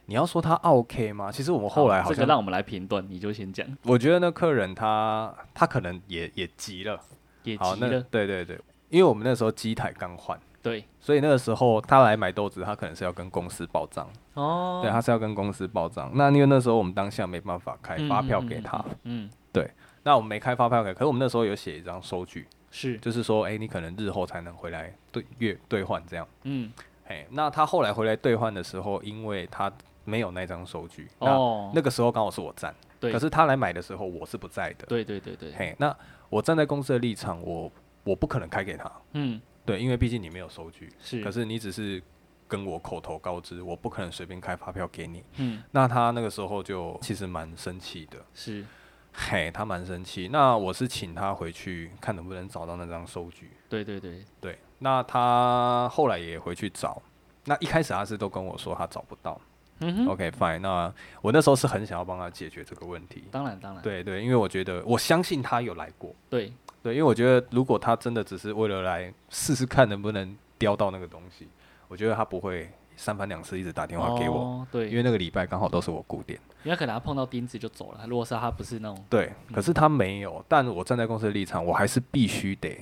[SPEAKER 3] 你要说他 OK 吗？其实我们后来好
[SPEAKER 2] 哦这
[SPEAKER 3] 像，
[SPEAKER 2] 个让我们来评断，你就先讲。
[SPEAKER 3] 我觉得那客人他他可能也也急了，
[SPEAKER 2] 也急
[SPEAKER 3] 好，那
[SPEAKER 2] 了，
[SPEAKER 3] 对对对，因为我们那时候机台刚换，
[SPEAKER 2] 对，
[SPEAKER 3] 所以那个时候他来买豆子，他可能是要跟公司报账，
[SPEAKER 2] 哦，
[SPEAKER 3] 对，他是要跟公司报账。那因为那时候我们当下没办法开
[SPEAKER 2] 嗯
[SPEAKER 3] 发票给他，，
[SPEAKER 2] 嗯，嗯
[SPEAKER 3] 那我们没开发票给，可是我们那时候有写一张收据，
[SPEAKER 2] 是，
[SPEAKER 3] 就是说，哎、你可能日后才能回来兑月兑换这样。
[SPEAKER 2] 嗯，
[SPEAKER 3] 哎，那他后来回来兑换的时候，因为他没有那张收据，那、
[SPEAKER 2] 哦，
[SPEAKER 3] 那个时候刚好是我站，
[SPEAKER 2] 对
[SPEAKER 3] 可是他来买的时候我是不在的。
[SPEAKER 2] 对对对对，
[SPEAKER 3] 嘿，那我站在公司的立场，我我不可能开给他，
[SPEAKER 2] 嗯，
[SPEAKER 3] 对，因为毕竟你没有收据，
[SPEAKER 2] 是，
[SPEAKER 3] 可是你只是跟我口头告知，我不可能随便开发票给你。
[SPEAKER 2] 嗯，
[SPEAKER 3] 那他那个时候就其实蛮生气的，
[SPEAKER 2] 是，
[SPEAKER 3] 嘿，他蛮生气。那我是请他回去看能不能找到那张收据，
[SPEAKER 2] 对对对，
[SPEAKER 3] 对，那他后来也回去找。那一开始他是都跟我说他找不到、
[SPEAKER 2] 嗯哼，
[SPEAKER 3] o k fine。那我那时候是很想要帮他解决这个问题，
[SPEAKER 2] 当然当然，
[SPEAKER 3] 对对，因为我觉得我相信他有来过，
[SPEAKER 2] 对，
[SPEAKER 3] 对，因为我觉得如果他真的只是为了来试试看能不能叼到那个东西，我觉得他不会三番两次一直打电话给我，
[SPEAKER 2] 哦，对，
[SPEAKER 3] 因为那个礼拜刚好都是我固定。
[SPEAKER 2] 因为可能他碰到钉子就走了，如果是他不是那种，
[SPEAKER 3] 对，可是他没有，但我站在公司的立场，我还是必须得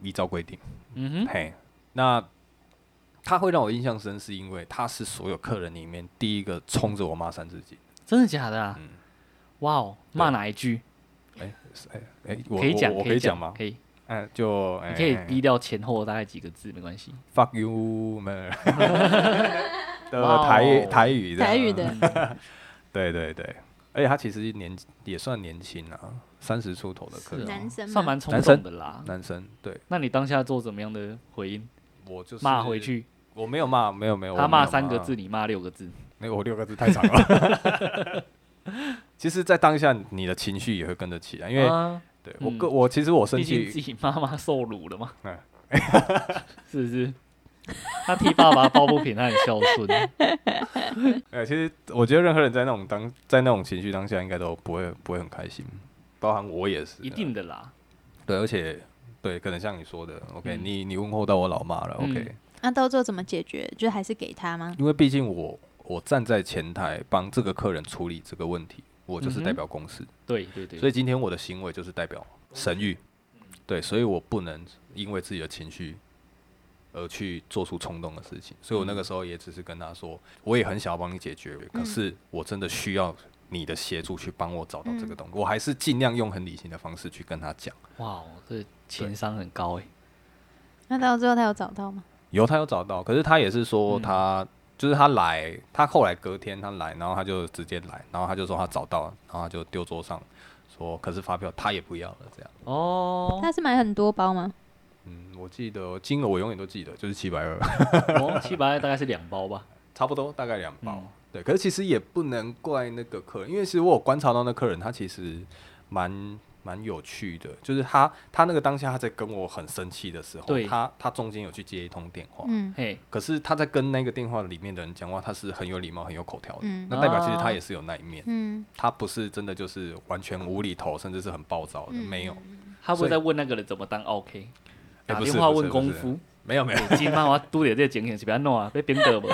[SPEAKER 3] 依照规定。
[SPEAKER 2] 嗯哼，
[SPEAKER 3] 嘿，那他会让我印象深，是因为他是所有客人里面第一个冲着我骂三字经。
[SPEAKER 2] 真的假的啊？
[SPEAKER 3] 嗯
[SPEAKER 2] 哇哦，骂哪一句？
[SPEAKER 3] 哎、是哎、哎、我
[SPEAKER 2] 可以讲，
[SPEAKER 3] 我我
[SPEAKER 2] 可
[SPEAKER 3] 可以
[SPEAKER 2] 讲
[SPEAKER 3] 讲吗？
[SPEAKER 2] 可以，
[SPEAKER 3] 嗯、就哎、
[SPEAKER 2] 你可以低调前后大概几个字，没关系。
[SPEAKER 3] fuck you
[SPEAKER 2] [laughs]
[SPEAKER 3] 们的
[SPEAKER 2] 哇哦
[SPEAKER 3] 台台语的
[SPEAKER 1] 台语
[SPEAKER 2] 嗯
[SPEAKER 1] 的，
[SPEAKER 3] 嗯对对对，而且他其实年也算年轻啊，三十出头的客人，
[SPEAKER 1] 是男生吗
[SPEAKER 2] 啊算蛮冲
[SPEAKER 3] 男
[SPEAKER 2] 动
[SPEAKER 3] 生
[SPEAKER 2] 的啦。
[SPEAKER 3] 男生。对
[SPEAKER 2] 那你当下做怎么样的回应？
[SPEAKER 3] 我就是
[SPEAKER 2] 骂回，去，
[SPEAKER 3] 我没有骂，没有没有，
[SPEAKER 2] 他
[SPEAKER 3] 我没有
[SPEAKER 2] 骂三个字，，你骂六个字。
[SPEAKER 3] 没有我六个字太长了。
[SPEAKER 2] [laughs]
[SPEAKER 3] 其实，在当下，你的情绪也会跟着起来，因为
[SPEAKER 2] 啊
[SPEAKER 3] 对我
[SPEAKER 2] 嗯
[SPEAKER 3] 个我其实我生
[SPEAKER 2] 毕竟自
[SPEAKER 3] 气，
[SPEAKER 2] 己妈妈受辱了嘛
[SPEAKER 3] 嗯，
[SPEAKER 2] [laughs] 是不是？他替爸爸抱不平，他很孝
[SPEAKER 3] 啊
[SPEAKER 2] 顺。
[SPEAKER 3] 呃，其实我觉得任何人在那种当在那种情绪当下，应该都不会不会很开心，包含我也是，
[SPEAKER 2] 一定的啦。
[SPEAKER 3] 对，而且对，可能像你说的，OK，、
[SPEAKER 2] 嗯
[SPEAKER 3] 你你问候到我老妈了
[SPEAKER 2] 嗯
[SPEAKER 3] ，OK，、
[SPEAKER 1] 那到最后怎么解决？就还是给他吗？
[SPEAKER 3] 因为毕竟我我站在前台帮这个客人处理这个问题，我就是
[SPEAKER 2] 嗯哼
[SPEAKER 3] 代表公司，
[SPEAKER 2] 对对对，
[SPEAKER 3] 所
[SPEAKER 2] 以
[SPEAKER 3] 以今天我的行为就是代表神域，对，所以我不能因为自己的情绪而去做出冲动的事情，所以我那个时候也只是跟他说，我也很想要帮你解决，可是我真的需要你的协助去帮我找到这个东西，我还是尽量用很理性的方式去跟他讲。
[SPEAKER 2] 哇哦，这情商很高哎。
[SPEAKER 1] 那到最后他有找到吗？
[SPEAKER 3] 有他有找到，可是他也是说
[SPEAKER 2] 嗯
[SPEAKER 3] 他、就是他来，他后来隔天他来，然后他就直接来，然后他就说他找到了，然后他就丢桌上说，可是发票他也不要了这样。
[SPEAKER 2] 哦，
[SPEAKER 1] 他是买很多包吗？
[SPEAKER 3] 嗯，我记得金额我永远都记得，就是七百二，
[SPEAKER 2] 哦七百大概是两包吧。
[SPEAKER 3] 差不多大概两包。
[SPEAKER 2] 嗯
[SPEAKER 3] 对，可是其实也不能怪那个客人，因为其实我有观察到那客人他其实蛮蛮有趣的，就是他他那个当下他在跟我很生气的时候
[SPEAKER 2] 对，
[SPEAKER 3] 他他中间有去接一通电话，
[SPEAKER 1] 嗯，
[SPEAKER 2] 嘿，
[SPEAKER 3] 可是他在跟那个电话里面的人讲话，他是很有礼貌、很有口条的。
[SPEAKER 1] 嗯
[SPEAKER 3] 那代表其实
[SPEAKER 2] 啊
[SPEAKER 3] 他也是有那一面，
[SPEAKER 1] 嗯，
[SPEAKER 3] 他不是真的就是完全无厘头，甚至是很暴躁的。
[SPEAKER 1] 嗯
[SPEAKER 3] 没有，
[SPEAKER 2] 他不
[SPEAKER 3] 所
[SPEAKER 2] 会
[SPEAKER 3] 以哎
[SPEAKER 2] 在问那个人怎么当 OK，打
[SPEAKER 3] 不是
[SPEAKER 2] 电话
[SPEAKER 3] 不
[SPEAKER 2] 问
[SPEAKER 3] 是不是
[SPEAKER 2] 功夫。
[SPEAKER 3] 没有，没有，
[SPEAKER 2] 欸今晚我拄着这个情形是要安怎啊？要变倒无？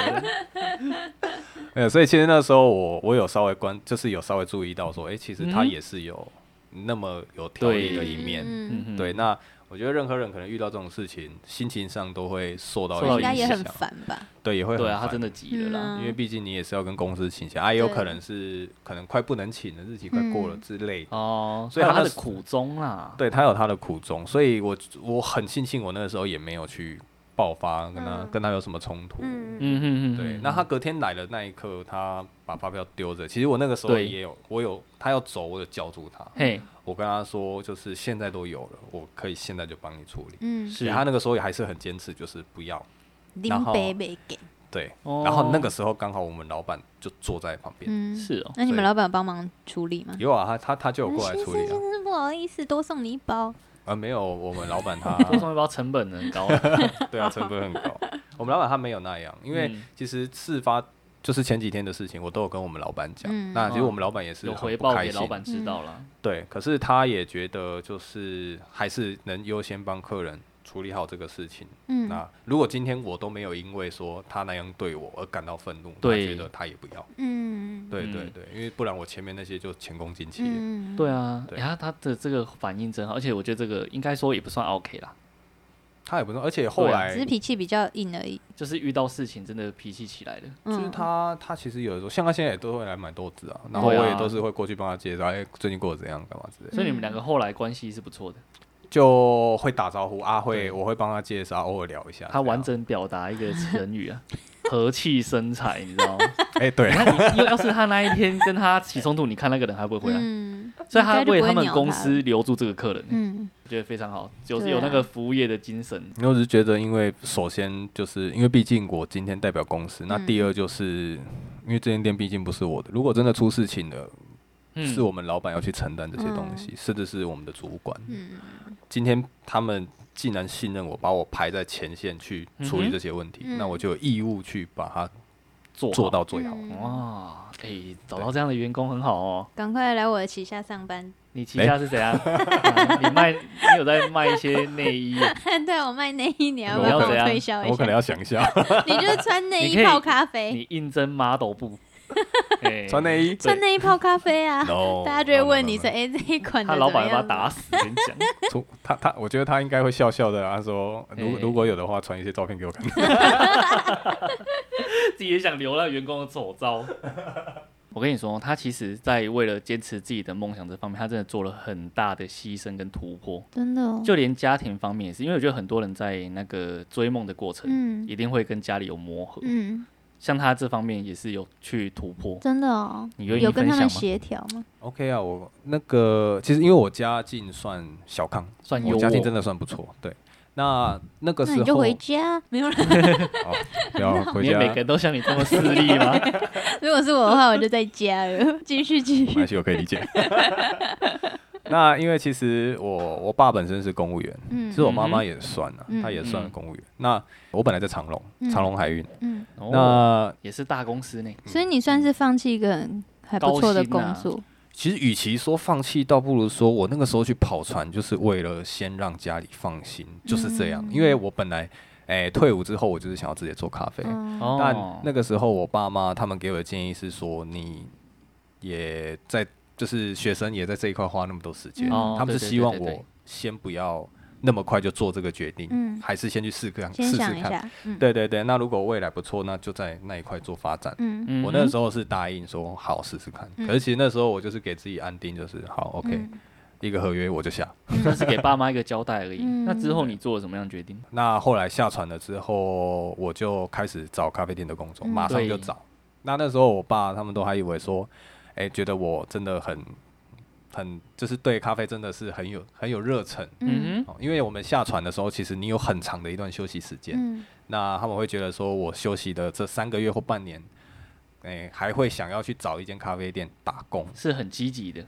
[SPEAKER 3] 没有。所以其实那时候我我有稍微关，就是有稍微注意到说，哎、其实他
[SPEAKER 2] 嗯
[SPEAKER 3] 也是有那么有条
[SPEAKER 2] 对
[SPEAKER 3] 理的一面。
[SPEAKER 1] 嗯，
[SPEAKER 2] 嗯哼
[SPEAKER 3] 对，那我觉得任何人可能遇到这种事情，心情上都会受到
[SPEAKER 2] 受
[SPEAKER 1] 应
[SPEAKER 2] 到
[SPEAKER 3] 一
[SPEAKER 1] 该
[SPEAKER 3] 些
[SPEAKER 1] 也
[SPEAKER 3] 影
[SPEAKER 1] 很
[SPEAKER 3] 响。
[SPEAKER 1] 烦吧？
[SPEAKER 3] 对，也会很
[SPEAKER 2] 对啊，他
[SPEAKER 3] 烦
[SPEAKER 2] 真的急了啦。
[SPEAKER 1] 嗯啊
[SPEAKER 3] 因为毕竟你也是要跟公司请假，啊，也有
[SPEAKER 1] 对
[SPEAKER 3] 可能是可能快不能请了，日期快过了
[SPEAKER 1] 嗯
[SPEAKER 3] 之类的。
[SPEAKER 2] 哦，
[SPEAKER 3] 所以他
[SPEAKER 2] 他
[SPEAKER 3] 那
[SPEAKER 2] 的
[SPEAKER 3] 时
[SPEAKER 2] 苦衷啦。
[SPEAKER 3] 对他有他的苦衷，所以我我很庆幸我那个时候也没有去爆发，跟他、
[SPEAKER 1] 嗯
[SPEAKER 3] 跟他有什么冲突。
[SPEAKER 1] 嗯
[SPEAKER 2] 嗯哼哼，
[SPEAKER 3] 对，
[SPEAKER 2] 哼
[SPEAKER 3] 那他隔天来的那一刻，他把发票丢着。其实我那个时候
[SPEAKER 2] 对
[SPEAKER 3] 也有，我有他要走，我有叫住他，
[SPEAKER 2] 嘿
[SPEAKER 3] 我跟他说，就是现在都有了，我可以现在就帮你处理。
[SPEAKER 1] 嗯，
[SPEAKER 2] 是
[SPEAKER 3] 对他那个时候也还是很坚持，就是不要。然
[SPEAKER 1] 林
[SPEAKER 3] 后
[SPEAKER 1] 北北给，
[SPEAKER 3] 对，
[SPEAKER 2] 哦
[SPEAKER 3] 然后那个时候刚好我们老板就坐在旁边，
[SPEAKER 1] 嗯，
[SPEAKER 2] 是哦，
[SPEAKER 1] 那你们
[SPEAKER 3] 所以
[SPEAKER 1] 老板有帮忙处理吗？
[SPEAKER 3] 有啊，他他他就有过来
[SPEAKER 1] 先
[SPEAKER 3] 处理
[SPEAKER 1] 生，
[SPEAKER 3] 啊
[SPEAKER 1] 先，生，不好意思，多送你一包。
[SPEAKER 3] 啊没有，我们老
[SPEAKER 2] [laughs]
[SPEAKER 3] 板他
[SPEAKER 2] 多送一包成本很高啊。
[SPEAKER 3] 对啊，成本很高。我们老板他没有那样，因为
[SPEAKER 2] 嗯
[SPEAKER 3] 其实事发就是前几天的事情，我都有跟我们老板讲。
[SPEAKER 1] 嗯
[SPEAKER 3] 那其实我们老板也
[SPEAKER 2] 哦
[SPEAKER 3] 是
[SPEAKER 2] 有
[SPEAKER 3] 很
[SPEAKER 2] 回
[SPEAKER 3] 不
[SPEAKER 2] 报
[SPEAKER 3] 开
[SPEAKER 2] 给
[SPEAKER 3] 心
[SPEAKER 2] 老板知道了。
[SPEAKER 3] 对，可是他也觉得就是还是能优先帮客人处理好这个事情。
[SPEAKER 1] 嗯，
[SPEAKER 3] 那如果今天我都没有因为说他那样对我而感到愤怒，他
[SPEAKER 2] 对
[SPEAKER 3] 觉得他也不要。
[SPEAKER 1] 嗯，
[SPEAKER 3] 对
[SPEAKER 2] 嗯
[SPEAKER 3] 对对，因为不然我前面那些就前功尽弃了。
[SPEAKER 1] 嗯，
[SPEAKER 2] 对啊，
[SPEAKER 3] 对
[SPEAKER 2] 然后他的这个反应真好，而且我觉得这个应该说也不算 OK 啦。
[SPEAKER 3] 他也不错，而且后
[SPEAKER 2] 对啊
[SPEAKER 3] 来
[SPEAKER 1] 只是脾气比较硬而已。
[SPEAKER 2] 就是遇到事情真的脾气起来了。
[SPEAKER 3] 就是
[SPEAKER 1] 嗯，
[SPEAKER 3] 他，他其实有的时候，像他现在也都会来买豆子啊，然后
[SPEAKER 2] 对啊
[SPEAKER 3] 我也都是会过去帮他介绍，哎、最近过得怎样，干嘛之类的，
[SPEAKER 2] 所以你们两
[SPEAKER 1] 嗯
[SPEAKER 2] 个后来关系是不错的，
[SPEAKER 3] 就会打招呼啊，
[SPEAKER 2] 对
[SPEAKER 3] 会我会帮他介绍，偶尔聊一下。
[SPEAKER 2] 他完
[SPEAKER 3] 这样，
[SPEAKER 2] 整表达一个成语啊，和气生财，你知道吗？ [laughs]
[SPEAKER 3] 哎、对
[SPEAKER 2] 你，看，因为要是他那一天跟他起冲突，你看那个人还会回来，
[SPEAKER 1] 嗯，
[SPEAKER 2] 所以他
[SPEAKER 1] 应该就不
[SPEAKER 2] 为
[SPEAKER 1] 会
[SPEAKER 2] 他们
[SPEAKER 1] 鸟
[SPEAKER 2] 公
[SPEAKER 1] 他
[SPEAKER 2] 司留住这个客人，
[SPEAKER 1] 嗯，
[SPEAKER 2] 我觉得非常好，就是
[SPEAKER 1] 对啊
[SPEAKER 2] 有那个服务业的精神。
[SPEAKER 3] 因为我只是觉得，因为首先就是因为毕竟我今天代表公司，那
[SPEAKER 1] 嗯
[SPEAKER 3] 第二就是因为这间店毕竟不是我的，如果真的出事情了，
[SPEAKER 2] 嗯
[SPEAKER 3] 是，我们老板要去承担这些东西，甚至是我们的主管。
[SPEAKER 1] 嗯
[SPEAKER 3] 今天他们既然信任我，把我排在前线去处
[SPEAKER 2] 嗯哼
[SPEAKER 3] 理这些问题，
[SPEAKER 1] 嗯
[SPEAKER 3] 那我就有义务去把它
[SPEAKER 2] 做
[SPEAKER 3] 做
[SPEAKER 2] 好
[SPEAKER 3] 到最好。
[SPEAKER 1] 嗯
[SPEAKER 2] 哇，哎、找到这样的员工很好哦。
[SPEAKER 1] 赶快来我的旗下上班。 [laughs]
[SPEAKER 2] 你旗
[SPEAKER 3] 哎
[SPEAKER 2] 下是怎样？ [laughs] 啊你卖，你有在卖一些内衣，
[SPEAKER 1] 对我卖内衣，你要不
[SPEAKER 2] 我
[SPEAKER 1] 要
[SPEAKER 2] 要
[SPEAKER 1] 帮
[SPEAKER 2] 怎
[SPEAKER 1] 我
[SPEAKER 2] 样
[SPEAKER 1] 推销一
[SPEAKER 3] 我可能
[SPEAKER 1] 下？
[SPEAKER 3] 要想一下， [laughs]
[SPEAKER 1] 你就是穿内
[SPEAKER 2] 你可
[SPEAKER 1] 衣
[SPEAKER 2] 以
[SPEAKER 1] 泡咖啡，
[SPEAKER 2] 你应征 model 部，
[SPEAKER 1] [laughs]
[SPEAKER 2] 哎
[SPEAKER 3] 穿内衣。
[SPEAKER 1] 穿
[SPEAKER 2] 对
[SPEAKER 1] 内衣泡咖啡
[SPEAKER 2] [laughs]
[SPEAKER 1] 啊，
[SPEAKER 3] No，
[SPEAKER 1] [laughs] 大家就会
[SPEAKER 3] no，no，
[SPEAKER 1] 问
[SPEAKER 3] no，
[SPEAKER 1] 你
[SPEAKER 3] no
[SPEAKER 1] 说，哎，这一款的
[SPEAKER 2] 他
[SPEAKER 1] 怎
[SPEAKER 2] 老
[SPEAKER 1] 么
[SPEAKER 2] 板要把
[SPEAKER 1] 样
[SPEAKER 2] 他打
[SPEAKER 1] 了？
[SPEAKER 2] 死，我跟你
[SPEAKER 1] [laughs]
[SPEAKER 2] 讲，
[SPEAKER 3] [laughs] 出他他，我觉得他应该会笑笑的、啊，他说如
[SPEAKER 2] 哎
[SPEAKER 3] 如果有的话，传一些照片给我看。
[SPEAKER 2] 自己也想留那员工的丑招。 [laughs] 我跟你说，他其实在为了坚持自己的梦想这方面，他真的做了很大的牺牲跟突破，
[SPEAKER 1] 真的哦，
[SPEAKER 2] 就连家庭方面也是，因为我觉得很多人在那个追梦的过程，
[SPEAKER 1] 嗯
[SPEAKER 2] 一定会跟家里有磨合，
[SPEAKER 1] 嗯，
[SPEAKER 2] 像他这方面也是有去突破。
[SPEAKER 1] 真的哦，
[SPEAKER 2] 你愿意
[SPEAKER 1] 有跟他
[SPEAKER 2] 分
[SPEAKER 1] 们
[SPEAKER 2] 享吗
[SPEAKER 1] 协调吗？
[SPEAKER 3] OK 啊，我那个其实因为我家境算小康，
[SPEAKER 2] 算优
[SPEAKER 3] 我
[SPEAKER 2] 渥，
[SPEAKER 3] 哦家境真的算不错。对，那那个
[SPEAKER 1] 那
[SPEAKER 3] 时
[SPEAKER 1] 你
[SPEAKER 3] 候
[SPEAKER 1] 就回家，没有了。
[SPEAKER 3] 哦，不要回
[SPEAKER 2] 你也
[SPEAKER 3] 家
[SPEAKER 2] 每，个人都像你这么势利
[SPEAKER 3] [laughs]
[SPEAKER 2] 吗？
[SPEAKER 1] [laughs] 如果是我的话，我就在家了。
[SPEAKER 2] [laughs]
[SPEAKER 1] 继续继续
[SPEAKER 3] 没关，系，我可以理解。 [laughs] 那因为其实我我爸本身是公务员，
[SPEAKER 1] 嗯
[SPEAKER 3] 其实我妈妈也算啊，
[SPEAKER 1] 嗯
[SPEAKER 3] 她也算
[SPEAKER 2] 嗯
[SPEAKER 3] 公务员。那我本来在长隆
[SPEAKER 1] 嗯，
[SPEAKER 3] 长隆海运，
[SPEAKER 1] 嗯，
[SPEAKER 2] 哦，
[SPEAKER 3] 那
[SPEAKER 2] 也是大公司呢。
[SPEAKER 1] 所以你算是放弃一个很还不错的工作，
[SPEAKER 3] 其实与其说放弃，倒不如说我那个时候去跑船，就是为了先让家里放心，就是这样。
[SPEAKER 1] 嗯
[SPEAKER 3] 因为我本来，哎、退伍之后我就是想要直接做咖啡，
[SPEAKER 1] 嗯，
[SPEAKER 2] 哦，
[SPEAKER 3] 但那个时候我爸妈他们给我的建议是说，你也在就是学生也在这一块花那么多时间，
[SPEAKER 2] 哦
[SPEAKER 3] 他们
[SPEAKER 2] 对
[SPEAKER 3] 是
[SPEAKER 2] 对
[SPEAKER 3] 希望
[SPEAKER 2] 对对对
[SPEAKER 3] 我先不要那么快就做这个决定，
[SPEAKER 1] 嗯
[SPEAKER 3] 还是先去试看
[SPEAKER 1] 先
[SPEAKER 2] 哦
[SPEAKER 3] 试试
[SPEAKER 1] 想一
[SPEAKER 3] 看。
[SPEAKER 1] 下，嗯，
[SPEAKER 3] 对对对，那如果未来不错，那就在那一块做发展。
[SPEAKER 1] 嗯，
[SPEAKER 2] 嗯
[SPEAKER 3] 我那时候是答应说好试试看，
[SPEAKER 1] 嗯
[SPEAKER 3] 可是其实那时候我就是给自己安定，就是好 OK，、
[SPEAKER 1] 嗯
[SPEAKER 3] 一个合约我就下。
[SPEAKER 2] 算嗯是给爸妈一个交代而已。
[SPEAKER 1] 嗯
[SPEAKER 2] 那之后你做了什么样的决定？
[SPEAKER 3] 那后来下船了之后，我就开始找咖啡店的工作，
[SPEAKER 1] 嗯
[SPEAKER 3] 马上就
[SPEAKER 2] 对
[SPEAKER 3] 找。那那时候我爸他们都还以为说，哎、觉得我真的很很就是对咖啡真的是很有很有热忱。
[SPEAKER 1] 嗯
[SPEAKER 2] 嗯哼，
[SPEAKER 3] 哦，因为我们下船的时候，其实你有很长的一段休息时间，
[SPEAKER 1] 嗯
[SPEAKER 3] 那他们会觉得说我休息的这三个月或半年，哎、还会想要去找一间咖啡店打工。
[SPEAKER 2] 是很积极的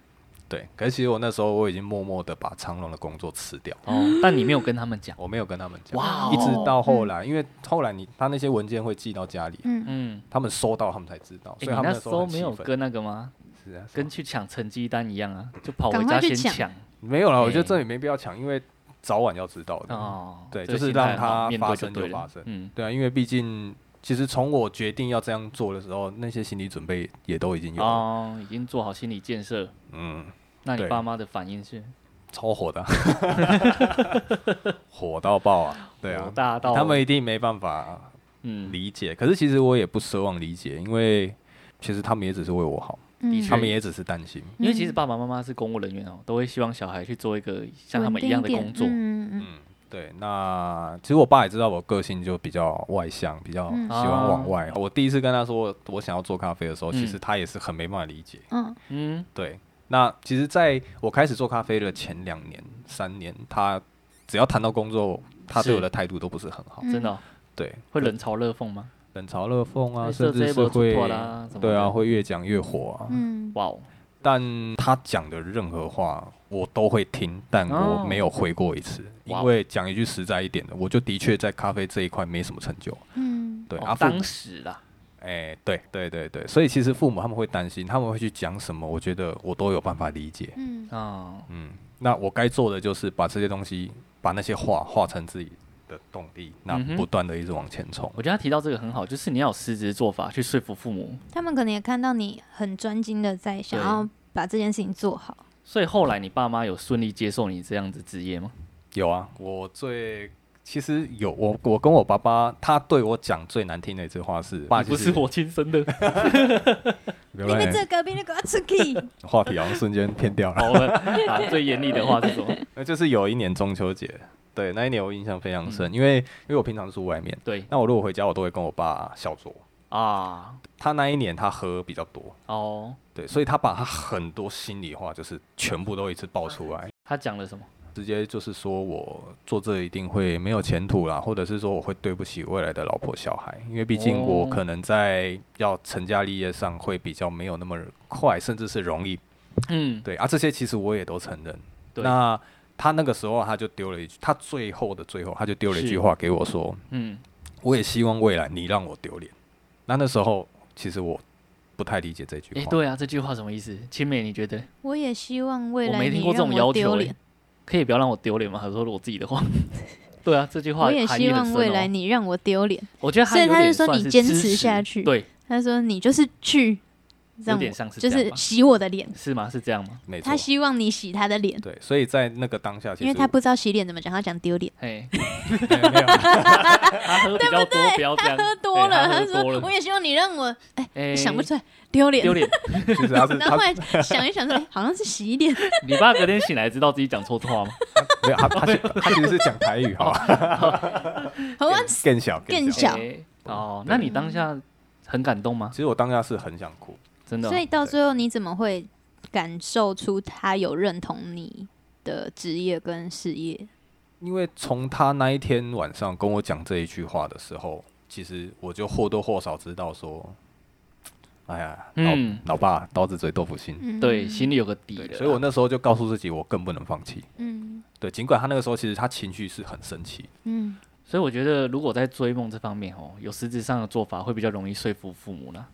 [SPEAKER 3] 对，可是其实我那时候我已经默默的把长隆的工作辞掉，
[SPEAKER 2] 哦，但你没有跟他们讲。
[SPEAKER 3] 我没有跟他们讲。
[SPEAKER 2] 哇哦
[SPEAKER 3] 一直到后来，因为后来你他那些文件会寄到家里，
[SPEAKER 1] 嗯，
[SPEAKER 2] 嗯，
[SPEAKER 3] 他们收到他们才知道，
[SPEAKER 2] 诶
[SPEAKER 3] 所
[SPEAKER 2] 你
[SPEAKER 3] 以他们
[SPEAKER 2] 那
[SPEAKER 3] 那
[SPEAKER 2] 时候
[SPEAKER 3] 候很
[SPEAKER 2] 没
[SPEAKER 3] 气
[SPEAKER 2] 有
[SPEAKER 3] 愤
[SPEAKER 2] 跟那个吗？
[SPEAKER 3] 是啊，
[SPEAKER 2] 跟去抢成绩单一样啊，就跑回
[SPEAKER 1] 赶
[SPEAKER 2] 家
[SPEAKER 1] 快
[SPEAKER 2] 先
[SPEAKER 1] 去
[SPEAKER 2] 抢
[SPEAKER 3] 没有了，我觉
[SPEAKER 2] 诶
[SPEAKER 3] 得这也没必要抢，因为早晚要知道的。
[SPEAKER 2] 哦。
[SPEAKER 3] 对
[SPEAKER 2] 这个
[SPEAKER 3] 就是
[SPEAKER 2] 心态
[SPEAKER 3] 让
[SPEAKER 2] 很好
[SPEAKER 3] 它
[SPEAKER 2] 面
[SPEAKER 3] 发
[SPEAKER 2] 对
[SPEAKER 3] 生就
[SPEAKER 2] 对了
[SPEAKER 3] 发生
[SPEAKER 2] 嗯，
[SPEAKER 3] 对啊，因为毕竟其实从我决定要这样做的时候，那些心理准备也都已经有了。
[SPEAKER 2] 哦，已经做好心理建设。
[SPEAKER 3] 嗯，
[SPEAKER 2] 那你
[SPEAKER 3] 对
[SPEAKER 2] 爸妈的反应是？
[SPEAKER 3] 超火
[SPEAKER 2] [laughs]
[SPEAKER 3] 的啊，火到爆啊！对
[SPEAKER 2] 火
[SPEAKER 3] 啊，
[SPEAKER 2] 大到
[SPEAKER 3] 他们一定没办法
[SPEAKER 2] 嗯，
[SPEAKER 3] 理解，可是其实我也不奢望理解，因为其实他们也只是为我好，
[SPEAKER 1] 嗯
[SPEAKER 2] 的确
[SPEAKER 3] 他们也只是担心。
[SPEAKER 2] 因为其实爸爸妈妈是公务人员哦，都会希望小孩去做一个像他
[SPEAKER 1] 稳
[SPEAKER 2] 们
[SPEAKER 1] 定
[SPEAKER 2] 一样的工作
[SPEAKER 1] 点。嗯嗯
[SPEAKER 3] 嗯，对。那其实我爸也知道我个性就比较外向，比较
[SPEAKER 1] 嗯
[SPEAKER 3] 喜欢
[SPEAKER 2] 哦
[SPEAKER 3] 往外。我第一次跟他说我我想要做咖啡的时候，其实他也是很没办法理解。
[SPEAKER 1] 嗯
[SPEAKER 2] 嗯，
[SPEAKER 3] 对。那其实，在我开始做咖啡的前两年、三年，他只要谈到工作，他对
[SPEAKER 2] 是
[SPEAKER 3] 我的态度都不是很好。
[SPEAKER 1] 嗯
[SPEAKER 2] 真的哦
[SPEAKER 3] 对，
[SPEAKER 2] 会冷嘲热讽吗？
[SPEAKER 3] 冷嘲热讽啊，
[SPEAKER 2] 哎
[SPEAKER 3] 甚
[SPEAKER 2] 这这
[SPEAKER 3] 至
[SPEAKER 2] 一
[SPEAKER 3] 是
[SPEAKER 2] 波
[SPEAKER 3] 会
[SPEAKER 2] 出错啦什么的
[SPEAKER 3] 对啊，会越讲越火啊。
[SPEAKER 1] 嗯，
[SPEAKER 2] 哇哦，
[SPEAKER 3] 但他讲的任何话我都会听，但
[SPEAKER 2] 哦
[SPEAKER 3] 我没有回过一次，
[SPEAKER 2] 哇哦
[SPEAKER 3] 因为讲一句实在一点的，我就的确在咖啡这一块没什么成就。
[SPEAKER 1] 嗯
[SPEAKER 3] 对，
[SPEAKER 2] 哦
[SPEAKER 3] 啊，父母
[SPEAKER 2] 当时啦，
[SPEAKER 3] 哎、对对对对，所以其实父母他们会担心，他们会去讲什么，我觉得我都有办法理解。
[SPEAKER 1] 嗯
[SPEAKER 2] 啊，
[SPEAKER 3] 嗯，那我该做的就是把这些东西，把那些话化成自己的动力，那
[SPEAKER 2] 嗯哼
[SPEAKER 3] 不断的一直往前冲。
[SPEAKER 2] 我觉得他提到这个很好，就是你要有实质做法去说服父母。
[SPEAKER 1] 他们可能也看到你很专精的在想
[SPEAKER 2] 对
[SPEAKER 1] 要把这件事情做好，
[SPEAKER 2] 所以后来你爸妈有顺利接受你这样子职业吗？
[SPEAKER 3] 有啊，我最其实有我，我跟我爸爸，他对我讲最难听的一句话是：“爸，
[SPEAKER 2] 你不是我亲生
[SPEAKER 3] [laughs]
[SPEAKER 2] 的。
[SPEAKER 3] 你
[SPEAKER 1] 你跟这隔壁那个出去，
[SPEAKER 2] [laughs]
[SPEAKER 3] 话题好像瞬间偏掉了。
[SPEAKER 2] 好了，啊，最严厉的话是什么？
[SPEAKER 3] [laughs] 那就是有一年中秋节，对那一年我印象非常深，因为因为我平常住外面，
[SPEAKER 2] 对
[SPEAKER 3] 那我如果回家，我都会跟我爸小酌。
[SPEAKER 2] 啊，
[SPEAKER 3] 他那一年他喝比较多，
[SPEAKER 2] 哦，
[SPEAKER 3] 对，所以他把他很多心里话就是全部都一次爆出来，
[SPEAKER 2] 他讲了什么？
[SPEAKER 3] 直接就是说我做这一定会没有前途啦，或者是说我会对不起未来的老婆小孩，因为毕竟我
[SPEAKER 2] 哦
[SPEAKER 3] 可能在要成家立业上会比较没有那么快，甚至是容易。
[SPEAKER 2] 嗯，
[SPEAKER 3] 对啊，这些其实我也都承认。
[SPEAKER 2] 对
[SPEAKER 3] 那他那个时候他就丢了一句，他最后的最后他就丢了一
[SPEAKER 2] 是
[SPEAKER 3] 句话给我说，
[SPEAKER 2] 嗯，
[SPEAKER 3] 我也希望未来你让我丢脸。那那时候其实我不太理解这句话。
[SPEAKER 2] 哎，对啊，这句话什么意思？青美，你觉得？
[SPEAKER 1] 我也希望未
[SPEAKER 2] 我
[SPEAKER 1] 来
[SPEAKER 2] 没听
[SPEAKER 1] 你
[SPEAKER 2] 过这
[SPEAKER 1] 让
[SPEAKER 2] 种要
[SPEAKER 1] 我
[SPEAKER 2] 求
[SPEAKER 1] 丢
[SPEAKER 2] 欸、
[SPEAKER 1] 脸，
[SPEAKER 2] 可以不要让我丢脸吗？还是说我自己的话？ [laughs] 对啊，这句话
[SPEAKER 1] 我也
[SPEAKER 2] 含义
[SPEAKER 1] 希
[SPEAKER 2] 很
[SPEAKER 1] 望
[SPEAKER 2] 深
[SPEAKER 1] 未
[SPEAKER 2] 哦
[SPEAKER 1] 来你让我丢脸。
[SPEAKER 2] 我觉得他
[SPEAKER 1] 所以
[SPEAKER 2] 有
[SPEAKER 1] 他是
[SPEAKER 2] 点
[SPEAKER 1] 说
[SPEAKER 2] 算
[SPEAKER 1] 你
[SPEAKER 2] 是
[SPEAKER 1] 坚
[SPEAKER 2] 支
[SPEAKER 1] 持下
[SPEAKER 2] 持
[SPEAKER 1] 去
[SPEAKER 2] 对，
[SPEAKER 1] 他说你就是去
[SPEAKER 2] 有
[SPEAKER 1] 让
[SPEAKER 2] 点
[SPEAKER 1] 我，
[SPEAKER 2] 像是
[SPEAKER 1] 就
[SPEAKER 2] 这样
[SPEAKER 1] 是
[SPEAKER 2] 吧
[SPEAKER 1] 洗我的脸，
[SPEAKER 2] 是吗？是这样吗？
[SPEAKER 3] 没错
[SPEAKER 1] 他，希望你洗他的脸，
[SPEAKER 3] 对，所以在那个当下，其
[SPEAKER 1] 因
[SPEAKER 3] 实
[SPEAKER 1] 为他不知道洗脸怎么讲，他讲丢
[SPEAKER 2] [laughs]
[SPEAKER 1] 脸。
[SPEAKER 2] 嘿，
[SPEAKER 3] 没有没
[SPEAKER 2] [laughs]
[SPEAKER 3] 有
[SPEAKER 2] 他喝比较多，不要这样，
[SPEAKER 1] 喝多了，
[SPEAKER 2] 哎对他喝
[SPEAKER 1] 说
[SPEAKER 2] 多了
[SPEAKER 1] 我也希望你让我
[SPEAKER 2] 哎，
[SPEAKER 1] 想不出来丢脸，
[SPEAKER 2] 丢脸。
[SPEAKER 3] 其实
[SPEAKER 1] [laughs]
[SPEAKER 3] 他是
[SPEAKER 1] 然后后
[SPEAKER 3] 他
[SPEAKER 1] 来
[SPEAKER 2] [laughs]
[SPEAKER 1] 想一想说，哎，好像是洗脸，
[SPEAKER 2] 你爸隔天醒来知道自己讲错
[SPEAKER 1] [laughs]
[SPEAKER 2] 话吗？
[SPEAKER 3] 没有他他是他其实是讲台语，好吧，
[SPEAKER 1] 好像
[SPEAKER 3] 更小
[SPEAKER 1] 更小
[SPEAKER 2] 哎哦，那你当下很感动吗
[SPEAKER 3] 其？实我当下是很想哭，
[SPEAKER 2] 真的哦
[SPEAKER 1] 所以到最后你怎么会感受出他有认同你的职业跟事业？
[SPEAKER 3] 因为从他那一天晚上跟我讲这一句话的时候，其实我就或多或少知道说，哎呀，老、
[SPEAKER 2] 嗯
[SPEAKER 3] 老爸刀子嘴豆腐心，
[SPEAKER 1] 嗯
[SPEAKER 2] 对，心里有个底
[SPEAKER 3] 对，
[SPEAKER 2] 了。
[SPEAKER 3] 所以我那时候就告诉自己，我更不能放弃。
[SPEAKER 1] 嗯
[SPEAKER 3] 对，尽管他那个时候其实他情绪是很生气，
[SPEAKER 1] 嗯，
[SPEAKER 2] 所以我觉得，如果在追梦这方面哦，有实质上的做法，会比较容易说服父母啦。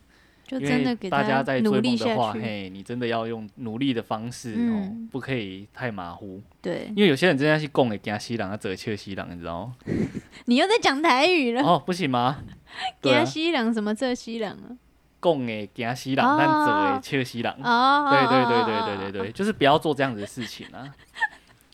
[SPEAKER 1] 就
[SPEAKER 2] 因
[SPEAKER 1] 真的
[SPEAKER 2] 为
[SPEAKER 1] 给
[SPEAKER 2] 大家在
[SPEAKER 1] 努
[SPEAKER 2] 追
[SPEAKER 1] 力
[SPEAKER 2] 梦的
[SPEAKER 1] 下
[SPEAKER 2] 话，
[SPEAKER 1] 去，
[SPEAKER 2] 嘿，你真的要用努力的方式哦
[SPEAKER 1] 嗯，
[SPEAKER 2] 不可以太马虎。
[SPEAKER 1] 对
[SPEAKER 2] 因为有些人真的是供给加西郎，他折切西郎，你知道吗？
[SPEAKER 1] 你又在讲台语了，
[SPEAKER 2] 哦，不行吗？
[SPEAKER 1] 给
[SPEAKER 2] 对
[SPEAKER 1] 他
[SPEAKER 2] 啊，
[SPEAKER 1] 西凉什么这西凉啊？
[SPEAKER 2] 供给加西
[SPEAKER 1] 哦
[SPEAKER 2] 郎，但折的切西郎。
[SPEAKER 1] 哦，
[SPEAKER 2] 嗯对对
[SPEAKER 1] 哦
[SPEAKER 2] 对对对
[SPEAKER 1] 哦
[SPEAKER 2] 对。
[SPEAKER 1] 哦哦
[SPEAKER 2] 对，就是不要做这样子的事情啊。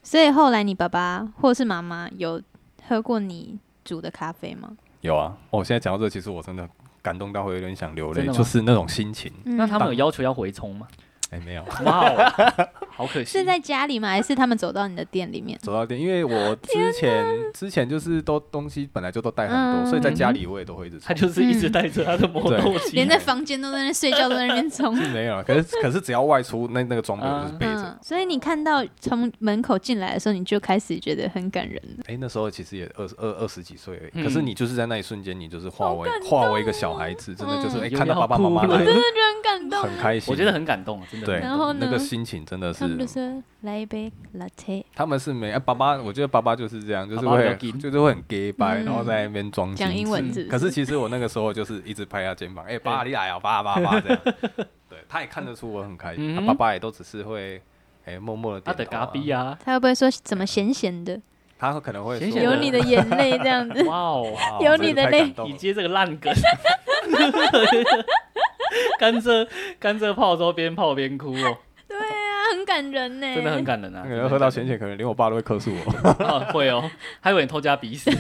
[SPEAKER 1] 所以后来你爸爸或是妈妈有喝过你煮的咖啡吗？
[SPEAKER 3] 有啊，我、现在讲到这，其实我真的感动到会有点想流泪
[SPEAKER 2] 真，的吗
[SPEAKER 3] 就是那种心情。 [laughs]
[SPEAKER 2] 那他
[SPEAKER 1] 嗯
[SPEAKER 2] 们有要求要回冲吗？
[SPEAKER 3] 哎、没有
[SPEAKER 2] 哇哦，好可惜。
[SPEAKER 1] 是在家里吗？还是他们走到你的店里面？
[SPEAKER 3] 走到店，因为我之
[SPEAKER 1] [laughs]
[SPEAKER 3] 前之前就是都东西本来就都带很多，
[SPEAKER 1] 嗯
[SPEAKER 3] 所以在家里我也都会一直
[SPEAKER 2] 他
[SPEAKER 3] 冲。
[SPEAKER 2] 就是一直带着他的磨豆机，啊
[SPEAKER 1] 连在房间都在那睡觉，都在那边冲。
[SPEAKER 3] 是没有啊，可是可是只要外出，那那个装备我就是背着。
[SPEAKER 1] 嗯，所以你看到从门口进来的时候，你就开始觉得很感人了。
[SPEAKER 3] 哎、那时候其实也二十二二十几岁而已，
[SPEAKER 2] 嗯
[SPEAKER 3] 可是你就是在那一瞬间，你就是化
[SPEAKER 1] 好
[SPEAKER 3] 为
[SPEAKER 1] 感动
[SPEAKER 3] 化为一个小孩子，真的就是
[SPEAKER 1] 嗯
[SPEAKER 3] 哎、
[SPEAKER 2] 又
[SPEAKER 3] 看到
[SPEAKER 2] 要
[SPEAKER 3] 爸爸妈妈
[SPEAKER 2] 哭
[SPEAKER 1] [laughs]
[SPEAKER 2] 了
[SPEAKER 3] 来，
[SPEAKER 2] 真
[SPEAKER 1] 就很感动
[SPEAKER 3] 很开心。
[SPEAKER 2] 我觉得嗯很感动，啊真的。
[SPEAKER 3] 对，
[SPEAKER 1] 然后呢
[SPEAKER 3] 那个心情真的，
[SPEAKER 1] 他们就是说来一杯 latte，
[SPEAKER 3] 他们是没、哎爸爸，我觉得爸爸就是这样，就是
[SPEAKER 2] 爸爸比较
[SPEAKER 3] 会
[SPEAKER 2] 硬
[SPEAKER 3] 就是会很 gay 白、
[SPEAKER 1] 嗯
[SPEAKER 3] 然后在那边装矜持
[SPEAKER 1] 讲英文字。
[SPEAKER 3] 可是其实我那个时候就是一直拍他肩膀，哎、爸你来啊，爸爸
[SPEAKER 2] [laughs]
[SPEAKER 3] 爸这样。对，他也看得出我很开
[SPEAKER 2] 嗯
[SPEAKER 3] 心，他爸爸也都只是会哎、默默的
[SPEAKER 2] 他
[SPEAKER 3] 点
[SPEAKER 2] 的
[SPEAKER 3] 头、
[SPEAKER 2] 嘎逼
[SPEAKER 3] 啊，
[SPEAKER 2] 啊，
[SPEAKER 1] 他会不会说怎么咸咸的，
[SPEAKER 3] 他可能会
[SPEAKER 2] 闲
[SPEAKER 3] 说
[SPEAKER 2] 闲
[SPEAKER 1] 有你的眼泪这样
[SPEAKER 2] [laughs]
[SPEAKER 1] 子？
[SPEAKER 2] 哇哦，
[SPEAKER 3] 哇
[SPEAKER 1] 有
[SPEAKER 3] 这
[SPEAKER 1] 你
[SPEAKER 3] 个
[SPEAKER 1] 的
[SPEAKER 3] 太
[SPEAKER 1] 泪
[SPEAKER 3] 感动
[SPEAKER 2] 你
[SPEAKER 3] 了
[SPEAKER 2] 接这个烂
[SPEAKER 3] [laughs]
[SPEAKER 2] 梗，甘蔗甘蔗泡之后边泡边哭哦，
[SPEAKER 1] 对啊，很感人呢。
[SPEAKER 2] 真的很感人啊！
[SPEAKER 3] 那个喝到浅
[SPEAKER 2] 钱
[SPEAKER 3] 浅，可能连我爸都会克诉我。
[SPEAKER 2] 会哦，还有点偷
[SPEAKER 1] [laughs]
[SPEAKER 2] 加鼻屎，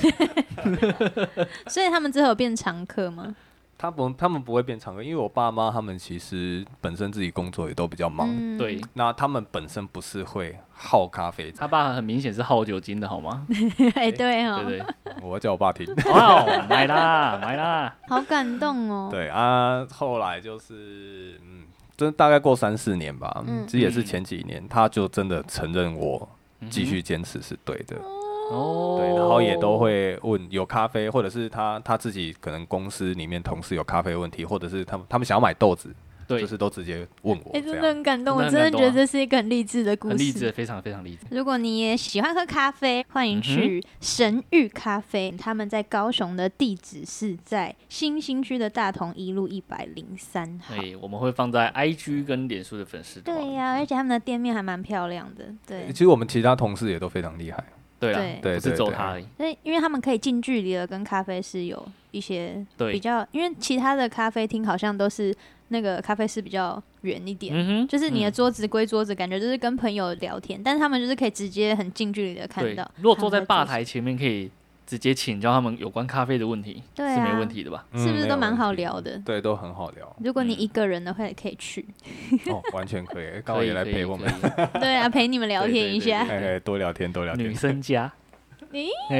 [SPEAKER 1] 所以他们之后有变常客吗？
[SPEAKER 3] 他不，他们不会变常客，因为我爸妈他们其实本身自己工作也都比较忙，
[SPEAKER 1] 嗯，
[SPEAKER 2] 对。
[SPEAKER 3] 那他们本身不是会好咖啡的。
[SPEAKER 2] 他爸很明显是好酒精的好吗？
[SPEAKER 1] [laughs] 哎，对
[SPEAKER 2] 对不
[SPEAKER 1] 哦，
[SPEAKER 2] 对？
[SPEAKER 3] 我要叫我爸听。
[SPEAKER 2] 哇哦，买啦买啦！
[SPEAKER 1] 好感动哦。
[SPEAKER 3] 对啊，后来就是嗯，真的大概过三四年吧，
[SPEAKER 1] 嗯
[SPEAKER 3] 这也是前几年，他就真的承认我
[SPEAKER 2] 嗯哼
[SPEAKER 3] 继续坚持是对的。
[SPEAKER 1] 嗯
[SPEAKER 2] 哦，
[SPEAKER 3] 对，然后也都会问有咖啡，或者是他他自己可能公司里面同事有咖啡问题，或者是他们他们想要买豆子，
[SPEAKER 2] 对
[SPEAKER 3] 就，是都直接问我
[SPEAKER 1] 哎，
[SPEAKER 3] 这
[SPEAKER 1] 真的
[SPEAKER 3] 样。
[SPEAKER 1] 很感动，我
[SPEAKER 2] 真
[SPEAKER 1] 真的
[SPEAKER 2] 的很感动啊
[SPEAKER 1] 觉得这是一个很励志的故
[SPEAKER 2] 很励
[SPEAKER 1] 事
[SPEAKER 2] 志，。非常非常励志。
[SPEAKER 1] 如果你也喜欢喝咖啡，欢
[SPEAKER 2] 嗯
[SPEAKER 1] 迎去神域咖啡。他们在高雄的地址是在新兴区的大同一路一百零三号。
[SPEAKER 2] 对，哎我们会放在 IG 跟脸书的粉丝团。
[SPEAKER 1] 对呀、而且他们的店面还蛮漂亮的。
[SPEAKER 2] 哎
[SPEAKER 1] 对
[SPEAKER 3] 其，实我们其他同事也都非常厉害，
[SPEAKER 2] 对啦，
[SPEAKER 1] 对
[SPEAKER 3] 对
[SPEAKER 2] 不是
[SPEAKER 3] 对
[SPEAKER 2] 走
[SPEAKER 3] 对
[SPEAKER 2] 他而已。
[SPEAKER 1] 所以因为他们可以近距离的跟咖啡师有一些比
[SPEAKER 2] 对，
[SPEAKER 1] 较，因为其他的咖啡厅好像都是那个咖啡师比较远一点。
[SPEAKER 2] 嗯哼
[SPEAKER 1] 就是你的
[SPEAKER 2] 嗯
[SPEAKER 1] 桌子归桌子，感觉就是跟朋友聊天，但是他们就是可以直接很近距离的看
[SPEAKER 2] 对
[SPEAKER 1] 到。
[SPEAKER 2] 如果坐在
[SPEAKER 1] 他
[SPEAKER 2] 吧
[SPEAKER 1] 们的
[SPEAKER 2] 台前面，可以直接请教他们有关咖啡的问题，
[SPEAKER 1] 对啊
[SPEAKER 2] 是没问题的吧？
[SPEAKER 1] 是不
[SPEAKER 3] 嗯
[SPEAKER 1] 是
[SPEAKER 3] 没
[SPEAKER 1] 都
[SPEAKER 3] 有
[SPEAKER 1] 蛮
[SPEAKER 3] 问
[SPEAKER 1] 好
[SPEAKER 3] 题
[SPEAKER 1] 聊的？
[SPEAKER 3] 对，都很好
[SPEAKER 2] [laughs]
[SPEAKER 3] 聊
[SPEAKER 1] 如果你
[SPEAKER 2] 嗯
[SPEAKER 1] 一个人的话，也可以
[SPEAKER 2] [laughs]
[SPEAKER 1] 去。
[SPEAKER 3] 哦，完全可以。高
[SPEAKER 2] 可以
[SPEAKER 3] 也来
[SPEAKER 2] 可以
[SPEAKER 3] 陪我们，
[SPEAKER 2] 可以
[SPEAKER 1] 对啊，陪你们聊
[SPEAKER 2] 对
[SPEAKER 1] 天
[SPEAKER 2] 对
[SPEAKER 1] 一
[SPEAKER 2] 对
[SPEAKER 1] 下
[SPEAKER 2] 对。
[SPEAKER 3] 哎，多聊天，多聊 [laughs]
[SPEAKER 2] 女
[SPEAKER 3] 天。
[SPEAKER 2] 生家，
[SPEAKER 1] [laughs] 咦
[SPEAKER 2] 哎，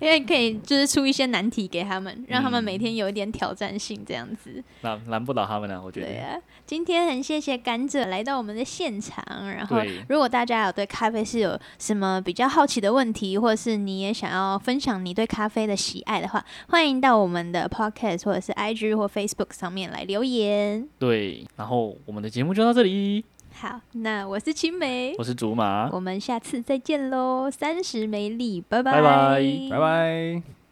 [SPEAKER 1] 因为可以就是出一些难题给他
[SPEAKER 2] 嗯
[SPEAKER 1] 们，让他们每天有一点挑战性，这样子。
[SPEAKER 2] 难难不倒他们啊，我觉
[SPEAKER 1] 对
[SPEAKER 2] 得。
[SPEAKER 1] 啊，今天很谢谢甘蔗来到我们的现场。然后
[SPEAKER 2] 对，
[SPEAKER 1] 如果大家有对咖啡是有什么比较好奇的问题，或者是你也想要分享你对咖啡的喜爱的话，欢迎到我们的 podcast 或者是 IG 或 Facebook 上面来留言。
[SPEAKER 2] 对，然后我们的节目就到这里，
[SPEAKER 1] 好，那我是青梅，
[SPEAKER 2] 我是啊竹马，
[SPEAKER 1] 我们下次再见喽，三十梅里，
[SPEAKER 2] 拜拜
[SPEAKER 3] 拜拜。